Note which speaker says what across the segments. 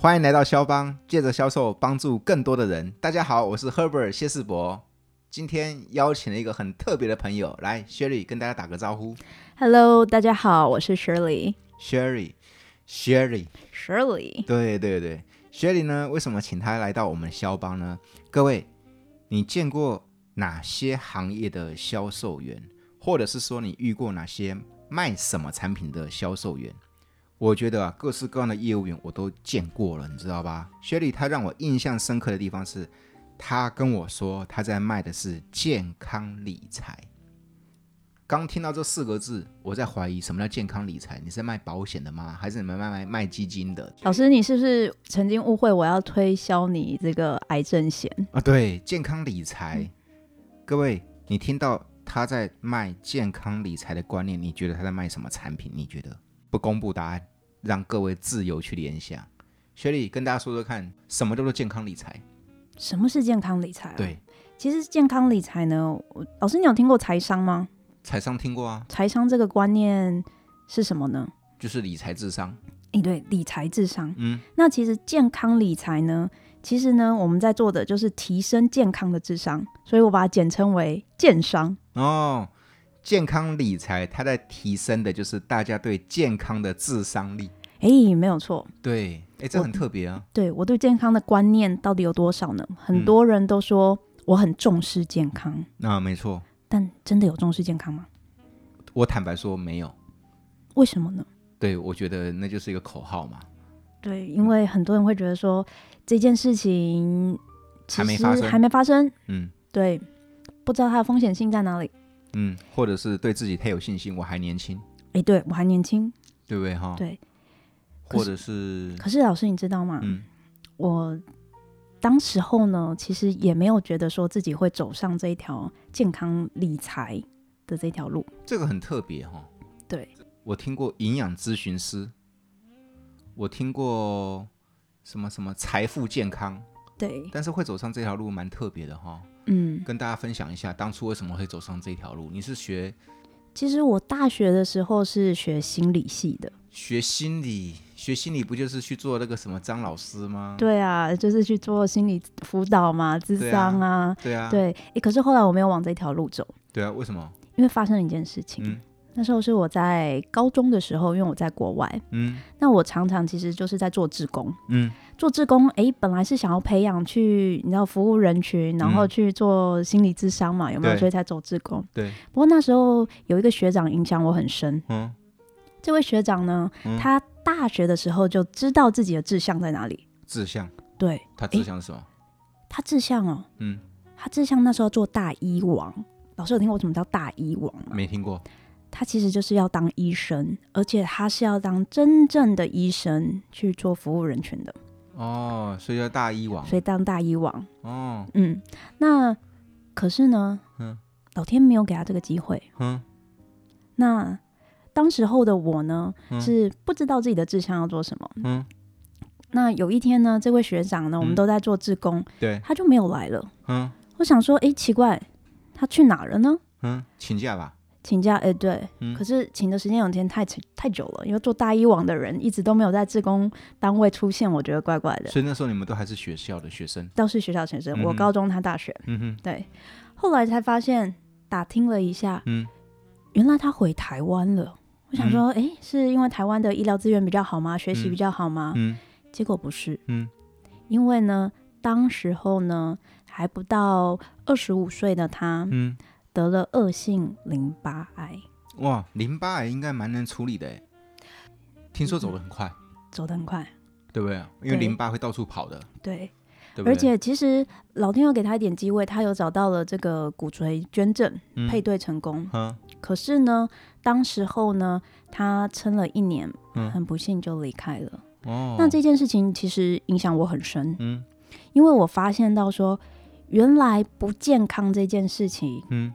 Speaker 1: 欢迎来到肖邦，借着销售帮助更多的人。大家好，我是 Herbert 谢世博，今天邀请了一个很特别的朋友来，Sherry 跟大家打个招呼。
Speaker 2: Hello，大家好，我是 Shirley。
Speaker 1: Sherry，Sherry，
Speaker 2: Shirley，
Speaker 1: 对对对，Sherry 呢，为什么请他来到我们肖邦呢？各位，你见过哪些行业的销售员，或者是说你遇过哪些卖什么产品的销售员？我觉得啊，各式各样的业务员我都见过了，你知道吧？Sherry 他让我印象深刻的地方是，他跟我说他在卖的是健康理财。刚听到这四个字，我在怀疑什么叫健康理财？你是卖保险的吗？还是你们卖卖卖基金的？
Speaker 2: 老师，你是不是曾经误会我要推销你这个癌症险？
Speaker 1: 啊，对，健康理财。各位，你听到他在卖健康理财的观念，你觉得他在卖什么产品？你觉得不公布答案，让各位自由去联想。雪莉跟大家说说看，什么叫做健康理财？
Speaker 2: 什么是健康理财、啊？，
Speaker 1: 对，
Speaker 2: 其实健康理财呢，我老师你有听过财商吗？
Speaker 1: 财商听过啊，
Speaker 2: 财商这个观念是什么呢？
Speaker 1: 就是理财智商。
Speaker 2: 诶，对，理财智商。
Speaker 1: 嗯，
Speaker 2: 那其实健康理财呢，其实呢我们在做的就是提升健康的智商，所以我把它简称为健商。
Speaker 1: 哦，健康理财，它在提升的就是大家对健康的智商力。
Speaker 2: 诶，没有错，
Speaker 1: 对，哎，这
Speaker 2: 我
Speaker 1: 很特别啊。
Speaker 2: 对我对健康的观念到底有多少呢？
Speaker 1: 嗯
Speaker 2: 很多人都说我很重视健康，
Speaker 1: 那、啊没错，
Speaker 2: 但真的有重视健康吗？
Speaker 1: 我坦白说没有。
Speaker 2: 为什么呢？
Speaker 1: 对，我觉得那就是一个口号嘛。
Speaker 2: 对，因为很多人会觉得说这件事情其
Speaker 1: 还没
Speaker 2: 实
Speaker 1: 发生
Speaker 2: 还没发生，
Speaker 1: 嗯
Speaker 2: 对，不知道它的风险性在哪里。
Speaker 1: 嗯，或者是对自己太有信心，我还年轻，
Speaker 2: 诶，对我还年轻，
Speaker 1: 对不对哈？
Speaker 2: 对。
Speaker 1: 或者是
Speaker 2: 可是老师，你知道吗？
Speaker 1: 嗯，
Speaker 2: 我当时候呢，其实也没有觉得说自己会走上这一条健康理财的这条路。
Speaker 1: 这个很特别哈、
Speaker 2: 对，
Speaker 1: 我听过营养咨询师，我听过什么什么财富健康，
Speaker 2: 对，
Speaker 1: 但是会走上这条路蛮特别的哈、
Speaker 2: 嗯，
Speaker 1: 跟大家分享一下当初为什么会走上这条路。你是学
Speaker 2: 其实我大学的时候是学心理系的，
Speaker 1: 学心理，学心理不就是去做那个什么张老师吗？
Speaker 2: 对啊，就是去做心理辅导嘛、智
Speaker 1: 对啊
Speaker 2: 商啊，
Speaker 1: 对啊，
Speaker 2: 对，诶，可是后来我没有往这条路走，
Speaker 1: 对啊，为什么？
Speaker 2: 因为发生了一件事情。
Speaker 1: 嗯
Speaker 2: 那时候是我在高中的时候，因为我在国外，
Speaker 1: 嗯
Speaker 2: 那我常常其实就是在做志工。
Speaker 1: 嗯，
Speaker 2: 做志工，诶，本来是想要培养去，你知道服务人群，然后
Speaker 1: 嗯
Speaker 2: 去做心理智商嘛，有没有？
Speaker 1: 对
Speaker 2: 所以才走志工。
Speaker 1: 对，
Speaker 2: 不过那时候有一个学长影响我很深，
Speaker 1: 嗯
Speaker 2: 这位学长呢，
Speaker 1: 嗯，
Speaker 2: 他大学的时候就知道自己的志向在哪里。
Speaker 1: 志向，
Speaker 2: 对
Speaker 1: 他志向是什么？
Speaker 2: 他志向哦，
Speaker 1: 嗯，
Speaker 2: 他志向那时候做大医王。老师有听过什么叫大医王吗？
Speaker 1: 没听过。
Speaker 2: 他其实就是要当医生，而且他是要当真正的医生去做服务人群的，
Speaker 1: 哦，所以叫大医王。
Speaker 2: 所以当大医王。
Speaker 1: 哦，
Speaker 2: 嗯，那可是呢，
Speaker 1: 嗯
Speaker 2: 老天没有给他这个机会。
Speaker 1: 哼，
Speaker 2: 那当时候的我呢，
Speaker 1: 嗯
Speaker 2: 是不知道自己的志向要做什么。
Speaker 1: 嗯，
Speaker 2: 那有一天呢，这位学长呢，我
Speaker 1: 嗯
Speaker 2: 们都在做志工，
Speaker 1: 对，
Speaker 2: 他就没有来了。
Speaker 1: 嗯
Speaker 2: 我想说，诶，奇怪，他去哪了呢？
Speaker 1: 嗯，请假吧。
Speaker 2: 请假，诶，对，
Speaker 1: 嗯
Speaker 2: 可是请的时间有点太太久了，因为做大一网的人一直都没有在志工单位出现，我觉得怪怪的。
Speaker 1: 所以那时候你们都还是学校的学生。
Speaker 2: 倒是学校前身，我
Speaker 1: 嗯哼
Speaker 2: 高中，他大学，
Speaker 1: 嗯哼，
Speaker 2: 对，后来才发现，打听了一下，
Speaker 1: 嗯
Speaker 2: 原来他回台湾了。我想
Speaker 1: 嗯
Speaker 2: 说，诶，是因为台湾的医疗资源比较好吗？学习
Speaker 1: 嗯
Speaker 2: 比较好吗？
Speaker 1: 嗯
Speaker 2: 结果不是，
Speaker 1: 嗯
Speaker 2: 因为呢，当时候呢还不到二十五岁的他
Speaker 1: 嗯，
Speaker 2: 得了恶性淋巴癌，
Speaker 1: 哇，淋巴癌应该蛮能处理的诶，听说走得很快，
Speaker 2: 走得很快，
Speaker 1: 对不对？因为
Speaker 2: 对
Speaker 1: 淋巴会到处跑的，
Speaker 2: 对，
Speaker 1: 对不对？
Speaker 2: 而且其实老天又给他一点机会，他有找到了这个骨髓捐赠，
Speaker 1: 嗯
Speaker 2: 配，对成功。
Speaker 1: 嗯
Speaker 2: 可是呢，当时候呢，他撑了一年，
Speaker 1: 嗯，
Speaker 2: 很不幸就离开了。
Speaker 1: 哦，
Speaker 2: 那这件事情其实影响我很深，
Speaker 1: 嗯
Speaker 2: 因为我发现到说，原来不健康这件事情
Speaker 1: 嗯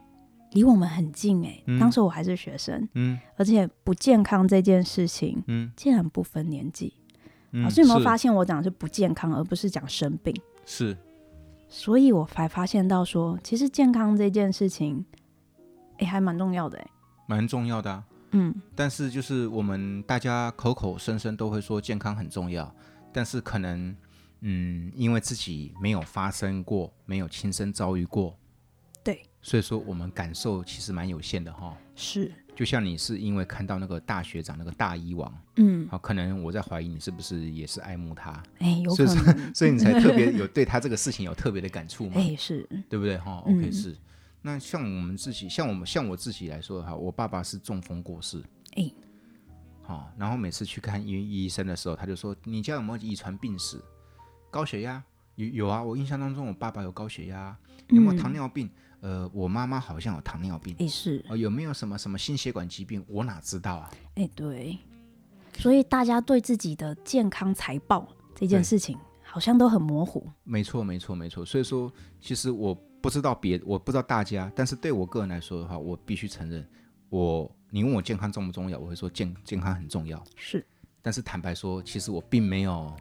Speaker 2: 离我们很近诶、
Speaker 1: 嗯
Speaker 2: 当时我还是学生，
Speaker 1: 嗯
Speaker 2: 而且不健康这件事情
Speaker 1: 嗯
Speaker 2: 竟然不分年纪。
Speaker 1: 嗯，
Speaker 2: 老师有没有
Speaker 1: 是
Speaker 2: 发现我讲的是不健康，而不是讲生病？
Speaker 1: 是
Speaker 2: 所以我才发现到说，其实健康这件事情，哎、还蛮重要的哎、
Speaker 1: 蛮重要的啊？
Speaker 2: 嗯，
Speaker 1: 但是就是我们大家口口声声都会说健康很重要，但是可能嗯，因为自己没有发生过，没有亲身遭遇过，
Speaker 2: 对，
Speaker 1: 所以说我们感受其实蛮有限的哈、
Speaker 2: 是，
Speaker 1: 就像你是因为看到那个大学长那个大医王，
Speaker 2: 嗯，
Speaker 1: 啊，可能我在怀疑你是不是也是爱慕他，
Speaker 2: 哎、有
Speaker 1: 所
Speaker 2: 可
Speaker 1: 以说
Speaker 2: 能，
Speaker 1: 所以你才特别有对他这个事情有特别的感 触嘛，
Speaker 2: 哎、是，
Speaker 1: 对不对哈、
Speaker 2: 嗯
Speaker 1: o k 是。那像我们自己，像我们像我自己来说哈，我爸爸是中风过世，
Speaker 2: 哎、
Speaker 1: 好、然后每次去看医医生的时候，他就说你家有没有遗传病史？高血压有有啊，我印象当中我爸爸有高血压，有没有糖尿病？呃，我妈妈好像有糖尿病
Speaker 2: 嗯哎、。是，
Speaker 1: 哦，有没有什么什么心血管疾病？我哪知道啊？
Speaker 2: 哎、对，所以大家对自己的健康财报这件
Speaker 1: 对
Speaker 2: 事情好像都很模糊，
Speaker 1: 没错，没错，没错。所以说，其实我不知道别，我不知道大家，但是对我个人来说的话，我必须承认，我你问我健康重不重要，我会说健健康很重要。
Speaker 2: 是，
Speaker 1: 但是坦白说，其实我并没有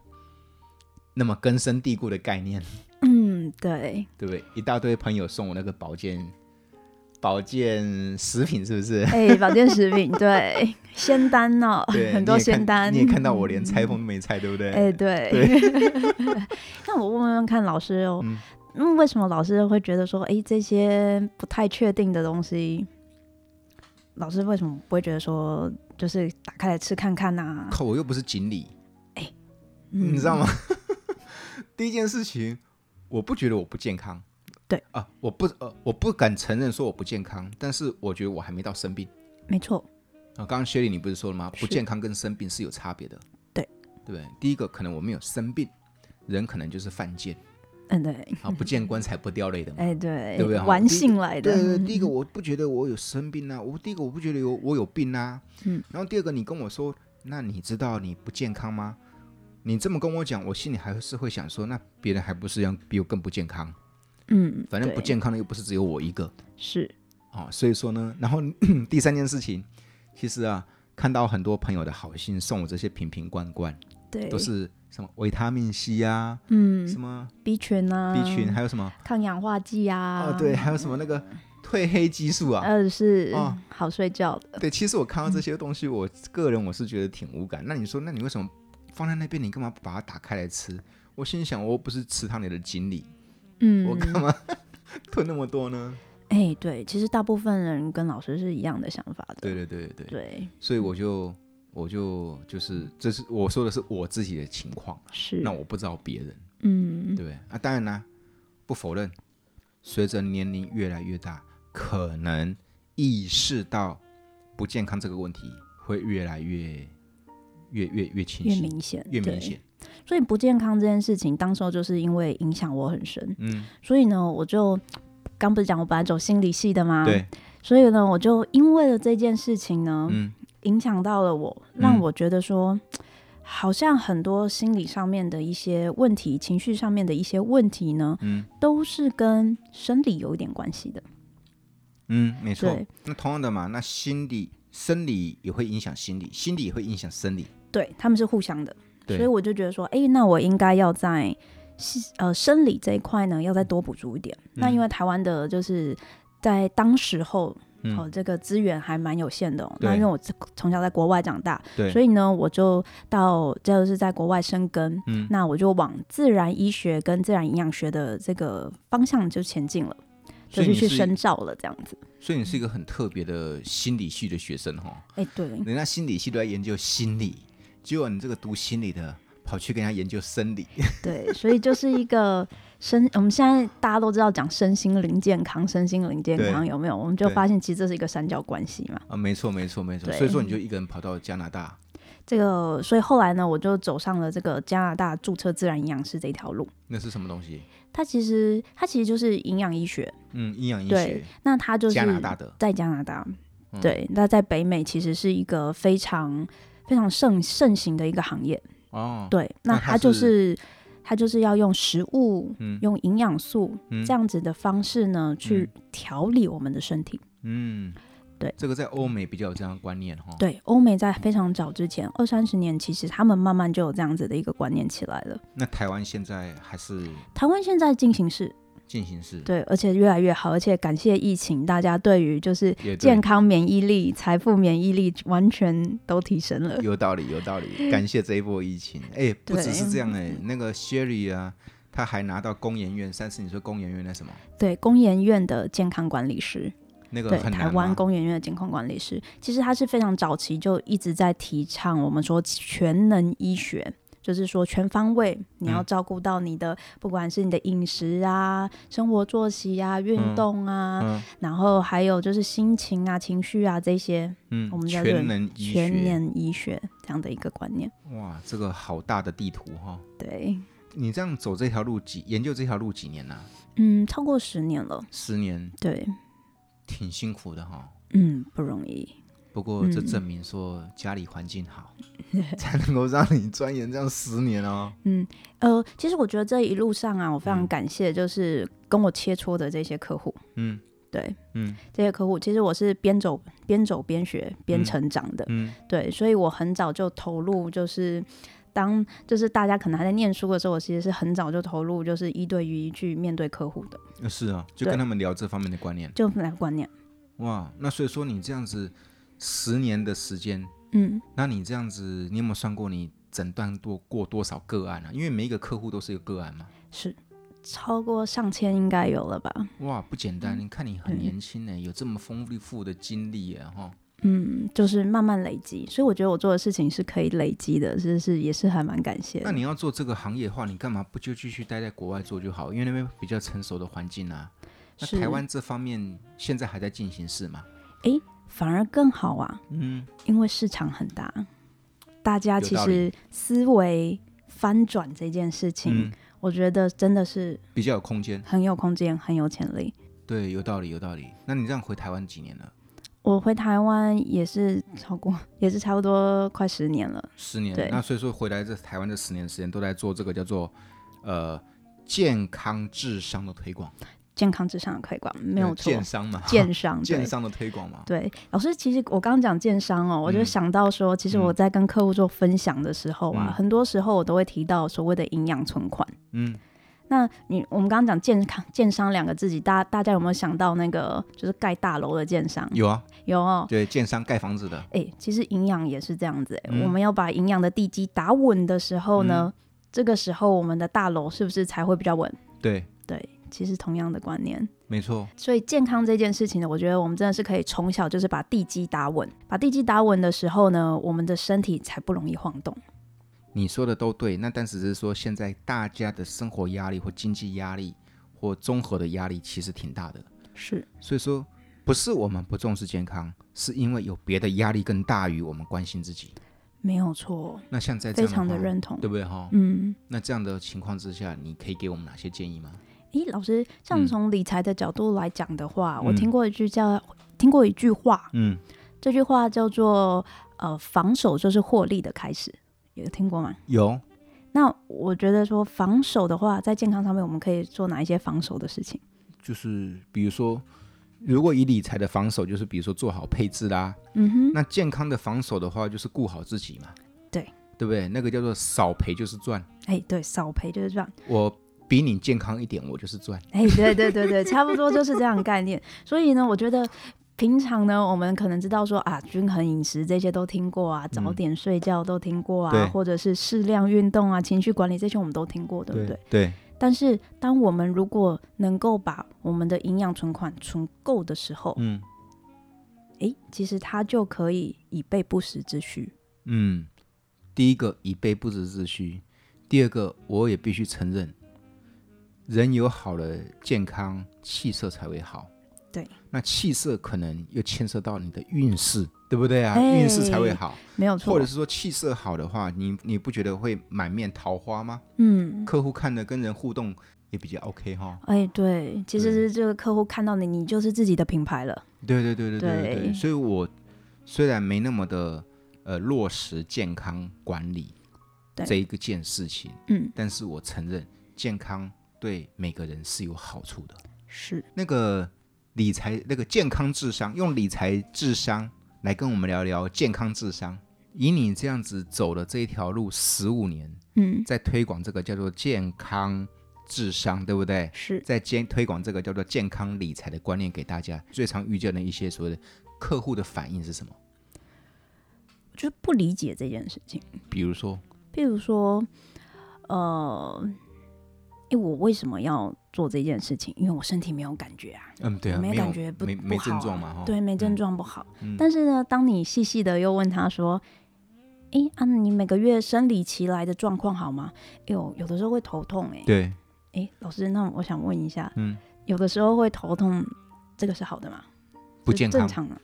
Speaker 1: 那么根深蒂固的概念，
Speaker 2: 嗯，对，
Speaker 1: 对不对？一大堆朋友送我那个保健保健食品，是不是？
Speaker 2: 哎、保健食品，对，仙丹哦，
Speaker 1: 对，
Speaker 2: 很
Speaker 1: 你
Speaker 2: 多
Speaker 1: 也看
Speaker 2: 仙丹，
Speaker 1: 你也看到我连拆封都没拆，对不对？
Speaker 2: 哎、对。那我问问看老师哦，
Speaker 1: 嗯
Speaker 2: 嗯，为什么老师会觉得说，哎、这些不太确定的东西，老师为什么不会觉得说，就是打开来吃看看啊呐、
Speaker 1: 靠，我又不是锦鲤。
Speaker 2: 嗯
Speaker 1: 你知道吗？ 第一件事情，我不觉得我不健康，
Speaker 2: 对
Speaker 1: 啊，我不呃，我不敢承认说我不健康，但是我觉得我还没到生病
Speaker 2: 嗯没错，
Speaker 1: 啊。刚刚薛丽你不是说了吗？
Speaker 2: 是
Speaker 1: 不健康跟生病是有差别的，
Speaker 2: 对
Speaker 1: 对不对？第一个可能我没有生病，人可能就是犯 贱
Speaker 2: 嗯，对，
Speaker 1: 啊，不见棺材不掉泪的嘛。
Speaker 2: 哎、对，
Speaker 1: 对不对哈
Speaker 2: 玩性来的，
Speaker 1: 对对，第一个我不觉得我有生病啊，我第一个我不觉得有我有病啊，
Speaker 2: 嗯，
Speaker 1: 然后第二个你跟我说，那你知道你不健康吗？你这么跟我讲，我心里还是会想说，那别人还不是一样比我更不健康？
Speaker 2: 嗯，
Speaker 1: 反正
Speaker 2: 对
Speaker 1: 不健康的又不是只有我一个
Speaker 2: 是，
Speaker 1: 啊、所以说呢，然后 第三件事情，其实啊，看到很多朋友的好心送我这些瓶瓶罐罐，
Speaker 2: 对，
Speaker 1: 都是什么维他命 C 啊，
Speaker 2: 嗯
Speaker 1: 什么
Speaker 2: B 群啊
Speaker 1: B 群，还有什么
Speaker 2: 抗氧化剂啊，
Speaker 1: 哦对，，还有什么那个褪黑激素啊，
Speaker 2: 呃，是、
Speaker 1: 哦
Speaker 2: 好睡觉的，
Speaker 1: 对，其实我看到这
Speaker 2: 嗯
Speaker 1: 些东西，我个人我是觉得挺无感。那你说，那你为什么放在那边，你干嘛不把它打开来吃？我心里想，我又不是池塘里的锦鲤，
Speaker 2: 嗯，
Speaker 1: 我干嘛 吞那么多呢？
Speaker 2: 哎、对，其实大部分人跟老师是一样的想法的。
Speaker 1: 对对对对对，
Speaker 2: 对，
Speaker 1: 所以我就我就就是这是我说的是我自己的情况，
Speaker 2: 是。
Speaker 1: 那我不知道别人，对，
Speaker 2: 嗯
Speaker 1: 不对？啊，当然啦、不否认，随着年龄越来越大，可能意识到不健康这个问题会越来越越越越清
Speaker 2: 越
Speaker 1: 晰。
Speaker 2: 明显，
Speaker 1: 越明
Speaker 2: 对
Speaker 1: 显。，
Speaker 2: 所以不健康这件事情，当时候就是因为影响我很深，
Speaker 1: 嗯，
Speaker 2: 所以呢，我就刚不是讲我本来走心理系的吗？。
Speaker 1: 对，
Speaker 2: 所以呢，我就因为了这件事情呢，
Speaker 1: 嗯，
Speaker 2: 影响到了我，让
Speaker 1: 嗯
Speaker 2: 我觉得说。好像很多心理上面的一些问题、情绪上面的一些问题呢，
Speaker 1: 嗯
Speaker 2: 都是跟生理有一点关系的。
Speaker 1: 嗯，没错
Speaker 2: 对。
Speaker 1: 那同样的嘛，那心理、生理也会影响心理，心理也会影响生理。
Speaker 2: 对，他们是互相的。
Speaker 1: 对
Speaker 2: 所以我就觉得说，诶，那我应该要在西呃生理这一块呢，要再多补足一点。那因为台湾的就是在当时候，
Speaker 1: 嗯
Speaker 2: 哦，这个资源还蛮有限的、哦。
Speaker 1: 对
Speaker 2: 那因为我自从小在国外长大，
Speaker 1: 对，
Speaker 2: 所
Speaker 1: 以
Speaker 2: 以呢，我就到就是在国外生根。
Speaker 1: 嗯
Speaker 2: 那我就往自然医学跟自然营养学的这个方向就前进了，就
Speaker 1: 所以
Speaker 2: 是
Speaker 1: 你
Speaker 2: 去
Speaker 1: 是
Speaker 2: 深造了这样子。
Speaker 1: 所以你是一个很特别的心理系的学生哈。
Speaker 2: 诶， 对，
Speaker 1: 人家心理系都在研究心理，结果你这个读心理的跑去跟人家研究生理。
Speaker 2: 对，所以就是一个身，我们现在大家都知道讲身心灵健康，身心灵健康
Speaker 1: 对
Speaker 2: 有没有？我们就
Speaker 1: 对
Speaker 2: 发现其实这是一个三角关系嘛。
Speaker 1: 啊，没错，没错，没错。
Speaker 2: 对
Speaker 1: 所以说你就一个人跑到加拿大，
Speaker 2: 这个，所以后来呢，我就走上了这个加拿大注册自然营养师这条路。
Speaker 1: 那是什么东西？
Speaker 2: 它其实它其实就是营养医学，
Speaker 1: 嗯，营养医
Speaker 2: 对
Speaker 1: 学，
Speaker 2: 那它就是
Speaker 1: 加拿大的。
Speaker 2: 在加拿大，
Speaker 1: 嗯
Speaker 2: 对，那在北美其实是一个非常非常盛盛行的一个行业。
Speaker 1: 哦，
Speaker 2: 对，那
Speaker 1: 那它
Speaker 2: 它就是是它就是要用食物、
Speaker 1: 嗯
Speaker 2: 用营养素、
Speaker 1: 嗯
Speaker 2: 这样子的方式呢，去调理我们的身体。
Speaker 1: 嗯，
Speaker 2: 对，嗯
Speaker 1: 这个在欧美比较有这样的观念哈。
Speaker 2: 对，欧美在非常早之前，二三十年，其实他们慢慢就有这样子的一个观念起来了。
Speaker 1: 那台湾现在还是
Speaker 2: 台湾现在进行式，
Speaker 1: 进行式，
Speaker 2: 对，而且越来越好，而且感谢疫情，大家对于就是
Speaker 1: 也对
Speaker 2: 健康免疫力、财富免疫力完全都提升了。
Speaker 1: 有道理，有道 理。感谢这一波疫情，哎、不只是这
Speaker 2: 嗯
Speaker 1: 样哎、那个 Sherry 啊，他还拿到工研院，上次你说工研院那什么，
Speaker 2: 对，工研院的健康管理师，
Speaker 1: 那个
Speaker 2: 对，
Speaker 1: 很
Speaker 2: 台
Speaker 1: 难
Speaker 2: 湾
Speaker 1: 吗？
Speaker 2: 工研院的健康管理师，其实他是非常早期就一直在提倡我们说全能医学。就是说，全方位你要
Speaker 1: 嗯
Speaker 2: 照顾到你的，不管是你的饮食啊、生活作息啊、运
Speaker 1: 嗯
Speaker 2: 动啊，
Speaker 1: 嗯
Speaker 2: 然后还有就是心情啊、情绪啊这些，我
Speaker 1: 嗯，
Speaker 2: 们叫
Speaker 1: 全能医
Speaker 2: 全
Speaker 1: 学，
Speaker 2: 能医学这样的一个观念。
Speaker 1: 哇，这个好大的地图哈、
Speaker 2: 对，
Speaker 1: 你这样走这条路几研究这条路几年呐、
Speaker 2: 嗯，超过十年了，
Speaker 1: 十年，
Speaker 2: 对，
Speaker 1: 挺辛苦的哈、
Speaker 2: 嗯，不容易，
Speaker 1: 不过
Speaker 2: 嗯
Speaker 1: 这证明说家里环境好，才能够让你钻研这样十年哦。
Speaker 2: 嗯，呃，其实我觉得这一路上啊，我非
Speaker 1: 嗯
Speaker 2: 常感谢就是跟我切磋的这些客户，
Speaker 1: 嗯
Speaker 2: 对，
Speaker 1: 嗯
Speaker 2: 这些客户，其实我是边走边走边学
Speaker 1: 嗯
Speaker 2: 边成长的，
Speaker 1: 嗯
Speaker 2: 对，所以我很早就投入就是。当就是大家可能还在念书的时候，我其实是很早就投入，就是一对一去面对客户的，
Speaker 1: 呃，是啊，就
Speaker 2: 对
Speaker 1: 跟他们聊这方面的观念。
Speaker 2: 就那个观念。
Speaker 1: 哇，那所以说你这样子十年的时间，
Speaker 2: 嗯，
Speaker 1: 那你这样子，你有没有算过你诊断多过多少个案啊？因为每一个客户都是一个个案嘛。
Speaker 2: 是超过上千应该有了吧？
Speaker 1: 哇，不简单！你看你很
Speaker 2: 嗯
Speaker 1: 年轻呢，有这么丰富的经历耶，哈。
Speaker 2: 嗯，就是慢慢累积，所以我觉得我做的事情是可以累积的，是是也是还蛮感谢的
Speaker 1: 那你要做这个行业的话，你干嘛不就继续待在国外做就好？因为那边比较成熟的环境啊。那
Speaker 2: 是
Speaker 1: 台湾这方面现在还在进行式嘛？
Speaker 2: 反而更好啊，
Speaker 1: 嗯，
Speaker 2: 因为市场很大，大家
Speaker 1: 有
Speaker 2: 其
Speaker 1: 道
Speaker 2: 实
Speaker 1: 理
Speaker 2: 思维翻转这件事情，
Speaker 1: 嗯
Speaker 2: 我觉得真的是
Speaker 1: 比较有空间。
Speaker 2: 很有空间，很有潜力。
Speaker 1: 对，有道理，有道理。那你这样回台湾几年了？
Speaker 2: 我回台湾也是超过， 也是差不多快十年了。
Speaker 1: 十年。
Speaker 2: 对
Speaker 1: 那所以说回来这台湾这十年时间都在做这个叫做呃健康智商的推广，
Speaker 2: 健康至上的推广没有
Speaker 1: 呃
Speaker 2: 错
Speaker 1: 健，商嘛，
Speaker 2: 健商对
Speaker 1: 健商的推广嘛。
Speaker 2: 对，老师，其实我刚刚讲建商哦，我
Speaker 1: 嗯
Speaker 2: 就想到说，其实我
Speaker 1: 嗯
Speaker 2: 在跟客户做分享的时候啊，
Speaker 1: 嗯
Speaker 2: 很多时候我都会提到所谓的营养存款。
Speaker 1: 嗯，
Speaker 2: 那你我们刚刚讲健康、建商两个字己，大大家有没有想到那个就是盖大楼的建商？
Speaker 1: 有啊，
Speaker 2: 有哦。
Speaker 1: 对，建商盖房子的，
Speaker 2: 哎、其实营养也是这样子、哎
Speaker 1: 嗯
Speaker 2: 我们要把营养的地基打稳的时候呢，这个时候我们的大楼是不是才会比较稳？
Speaker 1: 对，
Speaker 2: 对，其实同样的观念。
Speaker 1: 没错，
Speaker 2: 所以健康这件事情呢，我觉得我们真的是可以从小就是把地基打稳，把地基打稳的时候呢，我们的身体才不容易晃动。
Speaker 1: 你说的都对。那但只是说现在大家的生活压力或经济压力或综合的压力其实挺大的，
Speaker 2: 是，
Speaker 1: 所以说不是我们不重视健康，是因为有别的压力更大于我们关心自己。
Speaker 2: 没有错，
Speaker 1: 那像在这
Speaker 2: 非
Speaker 1: 样哎
Speaker 2: 常
Speaker 1: 的哦
Speaker 2: 的
Speaker 1: 话
Speaker 2: 认同。
Speaker 1: 对不对哈、
Speaker 2: 嗯，
Speaker 1: 那这样的情况之下，你可以给我们哪些建议吗？
Speaker 2: 咦，老师，
Speaker 1: 嗯
Speaker 2: 像从理财的角度来讲的话，我
Speaker 1: 嗯
Speaker 2: 听过一句叫听过一句话，
Speaker 1: 嗯，
Speaker 2: 这句话叫做呃，防守就是获利的开始，有听过吗？
Speaker 1: 有，
Speaker 2: 那我觉得说防守的话，在健康上面我们可以做哪一些防守的事情？
Speaker 1: 就是比如说，如果以理财的防守，就是比如说做好配置啦；
Speaker 2: 嗯哼，
Speaker 1: 那健康的防守的话，就是顾好自己嘛。
Speaker 2: 对，
Speaker 1: 对不对？那个叫做少赔就是赚，
Speaker 2: 哎、对，少赔就是赚。
Speaker 1: 我比你健康一点，我就是赚。
Speaker 2: 哎，对对对对，差不多就是这样的概念。所以呢，我觉得平常呢，我们可能知道说啊，均衡饮食这些都听过啊，早点睡觉都听过啊，
Speaker 1: 嗯对
Speaker 2: 或者是适量运动啊，情绪管理这些我们都听过，对不对？
Speaker 1: 对，
Speaker 2: 但是当我们如果能够把我们的营养存款存够的时候，
Speaker 1: 嗯
Speaker 2: 哎、其实它就可以以备不时之需。
Speaker 1: 嗯。第一个以备不时之需，第二个我也必须承认，人有好的健康，气色才会好。
Speaker 2: 对，
Speaker 1: 那气色可能又牵涉到你的运势，对不对啊？
Speaker 2: 哎
Speaker 1: 运势才会好，
Speaker 2: 没有错，
Speaker 1: 或者是说气色好的话，你你不觉得会满面桃花吗？
Speaker 2: 嗯，
Speaker 1: 客户看的跟人互动也比较 OK 哈。
Speaker 2: 哎，对，其实
Speaker 1: 对
Speaker 2: 是这个客户看到你，你就是自己的品牌了。
Speaker 1: 对对对对对对，
Speaker 2: 对
Speaker 1: 所以我虽然没那么的呃落实健康管理
Speaker 2: 对
Speaker 1: 这一个件事情，
Speaker 2: 嗯，
Speaker 1: 但是我承认健康对每个人是有好处的。
Speaker 2: 是，
Speaker 1: 那个理财，那个健康智商，用理财智商来跟我们聊聊健康智商。以你这样子走的这一条路十五年，
Speaker 2: 嗯，
Speaker 1: 在推广这个叫做健康智商，对不对？
Speaker 2: 是
Speaker 1: 在兼推广这个叫做健康理财的观念给大家，最常遇见的一些所谓的客户的反应是什么？
Speaker 2: 就是不理解这件事情。
Speaker 1: 比如说，
Speaker 2: 譬如说，呃，诶，我为什么要做这件事情？因为我身体没有感觉啊，
Speaker 1: 嗯，对啊，
Speaker 2: 没
Speaker 1: 没
Speaker 2: 有
Speaker 1: 有
Speaker 2: 感觉不
Speaker 1: 没
Speaker 2: 不
Speaker 1: 没
Speaker 2: 好
Speaker 1: 症
Speaker 2: 啊
Speaker 1: 状嘛，哈，
Speaker 2: 对，没症状不好。
Speaker 1: 嗯，
Speaker 2: 但是呢，当你细细的又问他说：“诶，啊，你每个月生理期来的状况好吗？”哎呦，有的时候会头痛、诶，
Speaker 1: 对，
Speaker 2: 哎，老师，那我想问一下，
Speaker 1: 嗯，
Speaker 2: 有的时候会头痛，这个是好的吗？
Speaker 1: 不
Speaker 2: 是
Speaker 1: 健
Speaker 2: 正
Speaker 1: 康，
Speaker 2: 常的，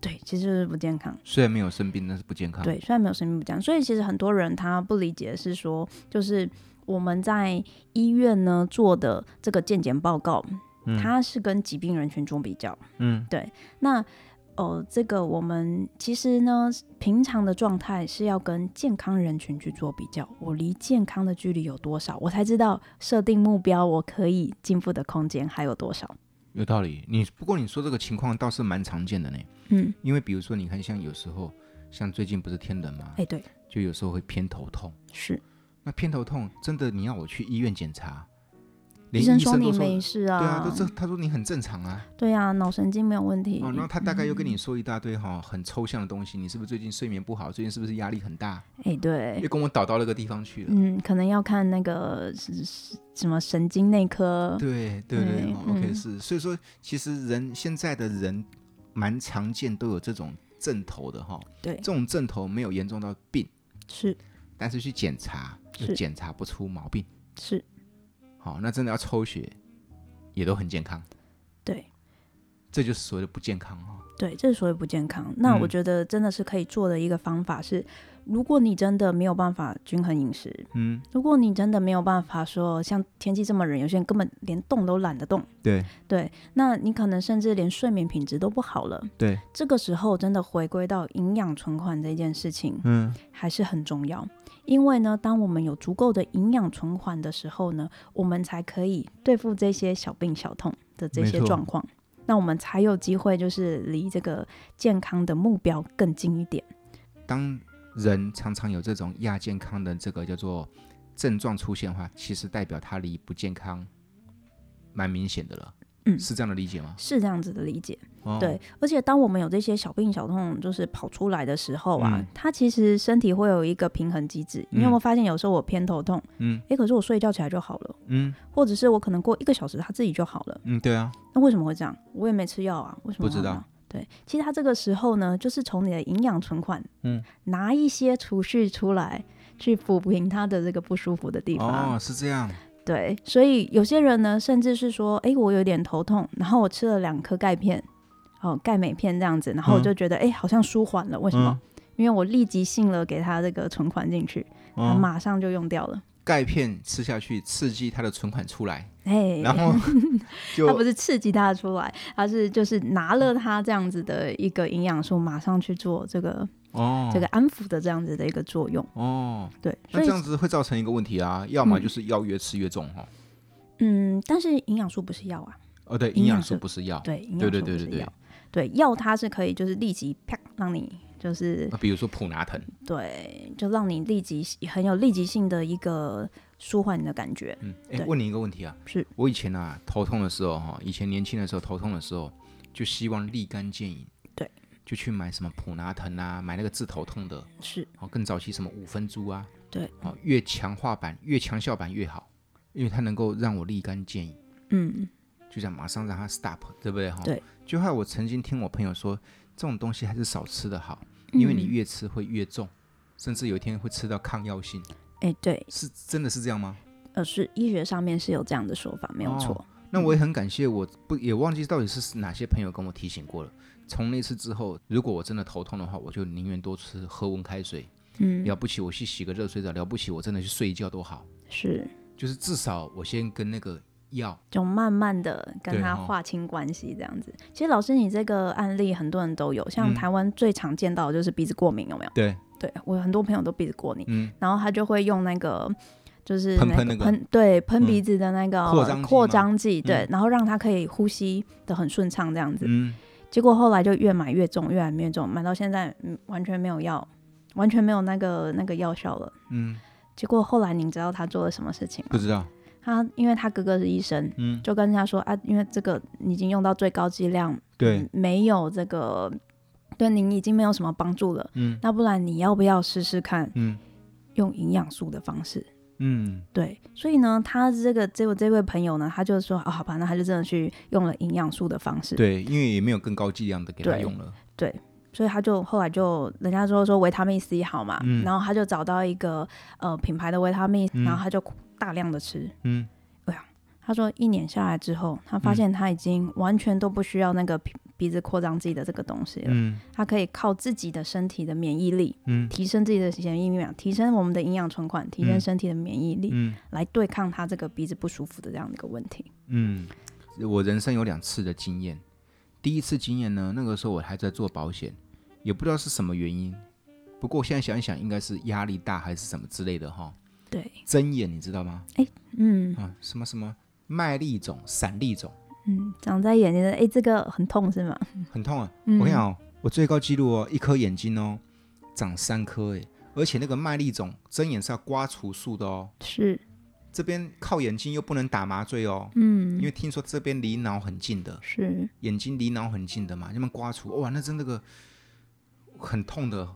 Speaker 2: 对，其实就是不健康。
Speaker 1: 虽然没有生病，但是不健康，，
Speaker 2: 对，虽然没有生病不讲，所以其实很多人他不理解的是说，就是我们在医院呢做的这个健检报告，
Speaker 1: 嗯
Speaker 2: 它是跟疾病人群做比较。
Speaker 1: 嗯
Speaker 2: 那呃，这个我们其实呢，平常的状态是要跟健康人群去做比较，我离健康的距离有多少，我才知道设定目标，我可以进步的空间还有多少。
Speaker 1: 有道理。你不过你说这个情况倒是蛮常见的呢，
Speaker 2: 嗯，
Speaker 1: 因为比如说你看，像有时候像最近不是天冷嘛
Speaker 2: 哎、，对，
Speaker 1: 就有时候会偏头痛。
Speaker 2: 是
Speaker 1: 那偏头痛真的你要我去医院检查，
Speaker 2: 医
Speaker 1: 连
Speaker 2: 生
Speaker 1: 医
Speaker 2: 说
Speaker 1: 生
Speaker 2: 你
Speaker 1: 都说
Speaker 2: 没事
Speaker 1: 对啊，
Speaker 2: 啊
Speaker 1: 都，这他说你很正常啊，
Speaker 2: 对啊，脑神经没有问题。
Speaker 1: 哦，然后他大概又跟
Speaker 2: 嗯
Speaker 1: 你说一大堆哈、很抽象的东西，你是不是最近睡眠不好？最近是不是压力很大？
Speaker 2: 哎、对，
Speaker 1: 又跟我导到那个地方去了。
Speaker 2: 嗯，可能要看那个是是什么神经内科。
Speaker 1: 对对对、
Speaker 2: 对
Speaker 1: 哦、，OK
Speaker 2: 嗯
Speaker 1: 是，所以说其实人现在的人蛮常见都有这种症头的哈、
Speaker 2: 对
Speaker 1: 这种症头没有严重到病，
Speaker 2: 是
Speaker 1: 但是去检查又
Speaker 2: 是
Speaker 1: 检查不出毛病，
Speaker 2: 是，
Speaker 1: 好、那真的要抽血也都很健康，
Speaker 2: 对
Speaker 1: 这就是所谓的不健康哈、
Speaker 2: 对，这是所谓不健康。那我
Speaker 1: 嗯
Speaker 2: 觉得真的是可以做的一个方法是，如果你真的没有办法均衡饮食，
Speaker 1: 嗯，
Speaker 2: 如果你真的没有办法说像天气这么冷，有些人根本连动都懒得动，
Speaker 1: 对
Speaker 2: 对，那你可能甚至连睡眠品质都不好了。
Speaker 1: 对，
Speaker 2: 这个时候真的回归到营养存款这件事情，
Speaker 1: 嗯
Speaker 2: 还是很重要，因为呢，当我们有足够的营养存款的时候呢，我们才可以对付这些小病小痛的这
Speaker 1: 没
Speaker 2: 些
Speaker 1: 错
Speaker 2: 状况，那我们才有机会就是离这个健康的目标更近一点。
Speaker 1: 当人常常有这种亚健康的这个叫做症状出现的话，其实代表他离不健康蛮明显的了。
Speaker 2: 嗯
Speaker 1: 是这样的理解吗？
Speaker 2: 是这样子的理解，
Speaker 1: 哦，
Speaker 2: 对。而且当我们有这些小病小痛，就是跑出来的时候啊，
Speaker 1: 嗯
Speaker 2: 它其实身体会有一个平衡机制。你有没有发现，有时候我偏头痛，
Speaker 1: 嗯
Speaker 2: 诶，可是我睡一觉起来就好了，
Speaker 1: 嗯
Speaker 2: 或者是我可能过一个小时，它自己就好了。
Speaker 1: 嗯，对啊，
Speaker 2: 那为什么会这样？我也没吃药啊，为什么
Speaker 1: 不知
Speaker 2: 会这样
Speaker 1: 道？
Speaker 2: 对，其实他这个时候呢，就是从你的营养存款，
Speaker 1: 嗯，
Speaker 2: 拿一些储蓄出来，去抚平他的这个不舒服的地方。
Speaker 1: 哦，是这样，
Speaker 2: 对，所以有些人呢，甚至是说，诶，我有点头痛，然后我吃了两颗钙片，哦，钙镁片这样子，然后我
Speaker 1: 嗯
Speaker 2: 就觉得，诶，好像舒缓了。为什么？因为我立即性了给他这个存款进去，他
Speaker 1: 哦，
Speaker 2: 马上就用掉了。
Speaker 1: 钙片吃下去，刺激他的存款出来，
Speaker 2: 哎，
Speaker 1: 然 后
Speaker 2: 他不
Speaker 1: 就是嗯
Speaker 2: 刺激他出来，他是就是拿了他这样子的一个营养素，马上去做这个、
Speaker 1: 哦
Speaker 2: 这个安抚的这样子的一个作用。
Speaker 1: 哦，
Speaker 2: 对，
Speaker 1: 那
Speaker 2: 所
Speaker 1: 这
Speaker 2: 以
Speaker 1: 样子会造成一个问题啊，要么就是药越吃越重哈。
Speaker 2: 嗯，但是营养素不是药啊，
Speaker 1: 哦，对，
Speaker 2: 营
Speaker 1: 营养
Speaker 2: 养
Speaker 1: 素
Speaker 2: 素
Speaker 1: 不是药。
Speaker 2: 对，营
Speaker 1: 对
Speaker 2: 养
Speaker 1: 对
Speaker 2: 素不
Speaker 1: 对
Speaker 2: 是
Speaker 1: 对对
Speaker 2: 药，对药它是可以就是立即啪让你就是
Speaker 1: 那比如说普拿疼，
Speaker 2: 对，就让你立即很有立即性的一个舒缓你的感觉。
Speaker 1: 嗯，哎，
Speaker 2: 对
Speaker 1: 问你一个问题啊，
Speaker 2: 是
Speaker 1: 我以前啊头痛的时候哈，以前年轻的时候头痛的时候，就希望立竿见影，
Speaker 2: 对，
Speaker 1: 就去买什么普拿疼啊，买那个治头痛的，
Speaker 2: 是
Speaker 1: 哦，更早期什么五分珠啊，
Speaker 2: 对，
Speaker 1: 哦，越强化版越强效版越好，因为它能够让我立竿见影，
Speaker 2: 嗯，
Speaker 1: 就想马上让它 stop，对不对哈？
Speaker 2: 对，
Speaker 1: 就害我曾经听我朋友说，这种东西还是少吃的好，因为你
Speaker 2: 嗯
Speaker 1: 越吃会越重，甚至有一天会吃到抗药性，
Speaker 2: 哎、对，
Speaker 1: 是真的是这样吗？
Speaker 2: 呃，是医学上面是有这样的说法，没有
Speaker 1: 哦
Speaker 2: 错。
Speaker 1: 那我也很感谢，我不也忘记到底是哪些朋友跟我提醒过了。从那次之后，如果我真的头痛的话，我就宁愿多吃喝温开水，
Speaker 2: 嗯，
Speaker 1: 了不起我去洗个热水澡，了不起我真的去睡一觉都好，
Speaker 2: 是。
Speaker 1: 就是至少我先跟那个药，
Speaker 2: 就慢慢的跟
Speaker 1: 对
Speaker 2: 他
Speaker 1: 哦
Speaker 2: 划清关系，这样子。其实老师，你这个案例很多人都有，像
Speaker 1: 嗯
Speaker 2: 台湾最常见到的就是鼻子过敏，有没有？
Speaker 1: 对，
Speaker 2: 对我有很多朋友都鼻子过敏，
Speaker 1: 嗯，
Speaker 2: 然后他就会用那个就是
Speaker 1: 喷
Speaker 2: 那
Speaker 1: 喷
Speaker 2: 个
Speaker 1: 那个
Speaker 2: 喷对喷
Speaker 1: 嗯
Speaker 2: 鼻子的那个
Speaker 1: 扩张剂
Speaker 2: 扩
Speaker 1: 吗
Speaker 2: 张剂，对
Speaker 1: 嗯，
Speaker 2: 然后让他可以呼吸的很顺畅这样子。
Speaker 1: 嗯，
Speaker 2: 结果后来就越买越重，越买越重，买到现在嗯完全没有药，完全没有那个那个药效了。
Speaker 1: 嗯，
Speaker 2: 结果后来你知道他做了什么事情吗？
Speaker 1: 不知道，
Speaker 2: 他因为他哥哥是医生，
Speaker 1: 嗯，
Speaker 2: 就跟人家说啊，因为这个已经用到最高剂量，
Speaker 1: 对，
Speaker 2: 没有这个对您已经没有什么帮助了。
Speaker 1: 嗯
Speaker 2: 那不然你要不要试试看
Speaker 1: 嗯
Speaker 2: 用营养素的方式？
Speaker 1: 嗯
Speaker 2: 对，所以呢，他这个这位这位朋友呢，他就说啊，好吧，那他就真的去用了营养素的方式。
Speaker 1: 对，因为也没有更高剂量的给他
Speaker 2: 对
Speaker 1: 用了，
Speaker 2: 所以他就后来就人家说说维他命 C 好嘛，
Speaker 1: 嗯
Speaker 2: 然后他就找到一个呃品牌的维他命，
Speaker 1: 嗯
Speaker 2: 然后他就大量的吃。哎
Speaker 1: 嗯
Speaker 2: 他说一年下来之后，他发现他已经完全都不需要那个鼻鼻子扩张剂的这个东西了，
Speaker 1: 嗯
Speaker 2: 他可以靠自己的身体的免疫力
Speaker 1: 嗯
Speaker 2: 提升自己的免疫力，提升我们的营养存款，提升
Speaker 1: 嗯
Speaker 2: 身体的免疫力，
Speaker 1: 嗯
Speaker 2: 来对抗他这个鼻子不舒服的这样的一个问题。
Speaker 1: 嗯，我人生有两次的经验，第一次经验呢，那个时候我还在做保险，也不知道是什么原因，不过现在想一想，应该是压力大还是什么之类的哈。
Speaker 2: 对，
Speaker 1: 睁眼你知道吗？
Speaker 2: 嗯
Speaker 1: 啊，什么什么麦粒肿、闪粒肿，
Speaker 2: 嗯，长在眼睛的，哎，这个很痛是吗？
Speaker 1: 很痛啊！
Speaker 2: 嗯
Speaker 1: 我跟你讲哦、我最高纪录哦，一颗眼睛哦，长三颗哎，而且那个麦粒肿睁眼是要刮除术的哦，
Speaker 2: 是，
Speaker 1: 这边靠眼睛又不能打麻醉哦，
Speaker 2: 嗯
Speaker 1: 因，为听说这边离脑很近的，
Speaker 2: 是，
Speaker 1: 眼睛离脑很近的嘛，那么刮除，哇，那真的个很痛的。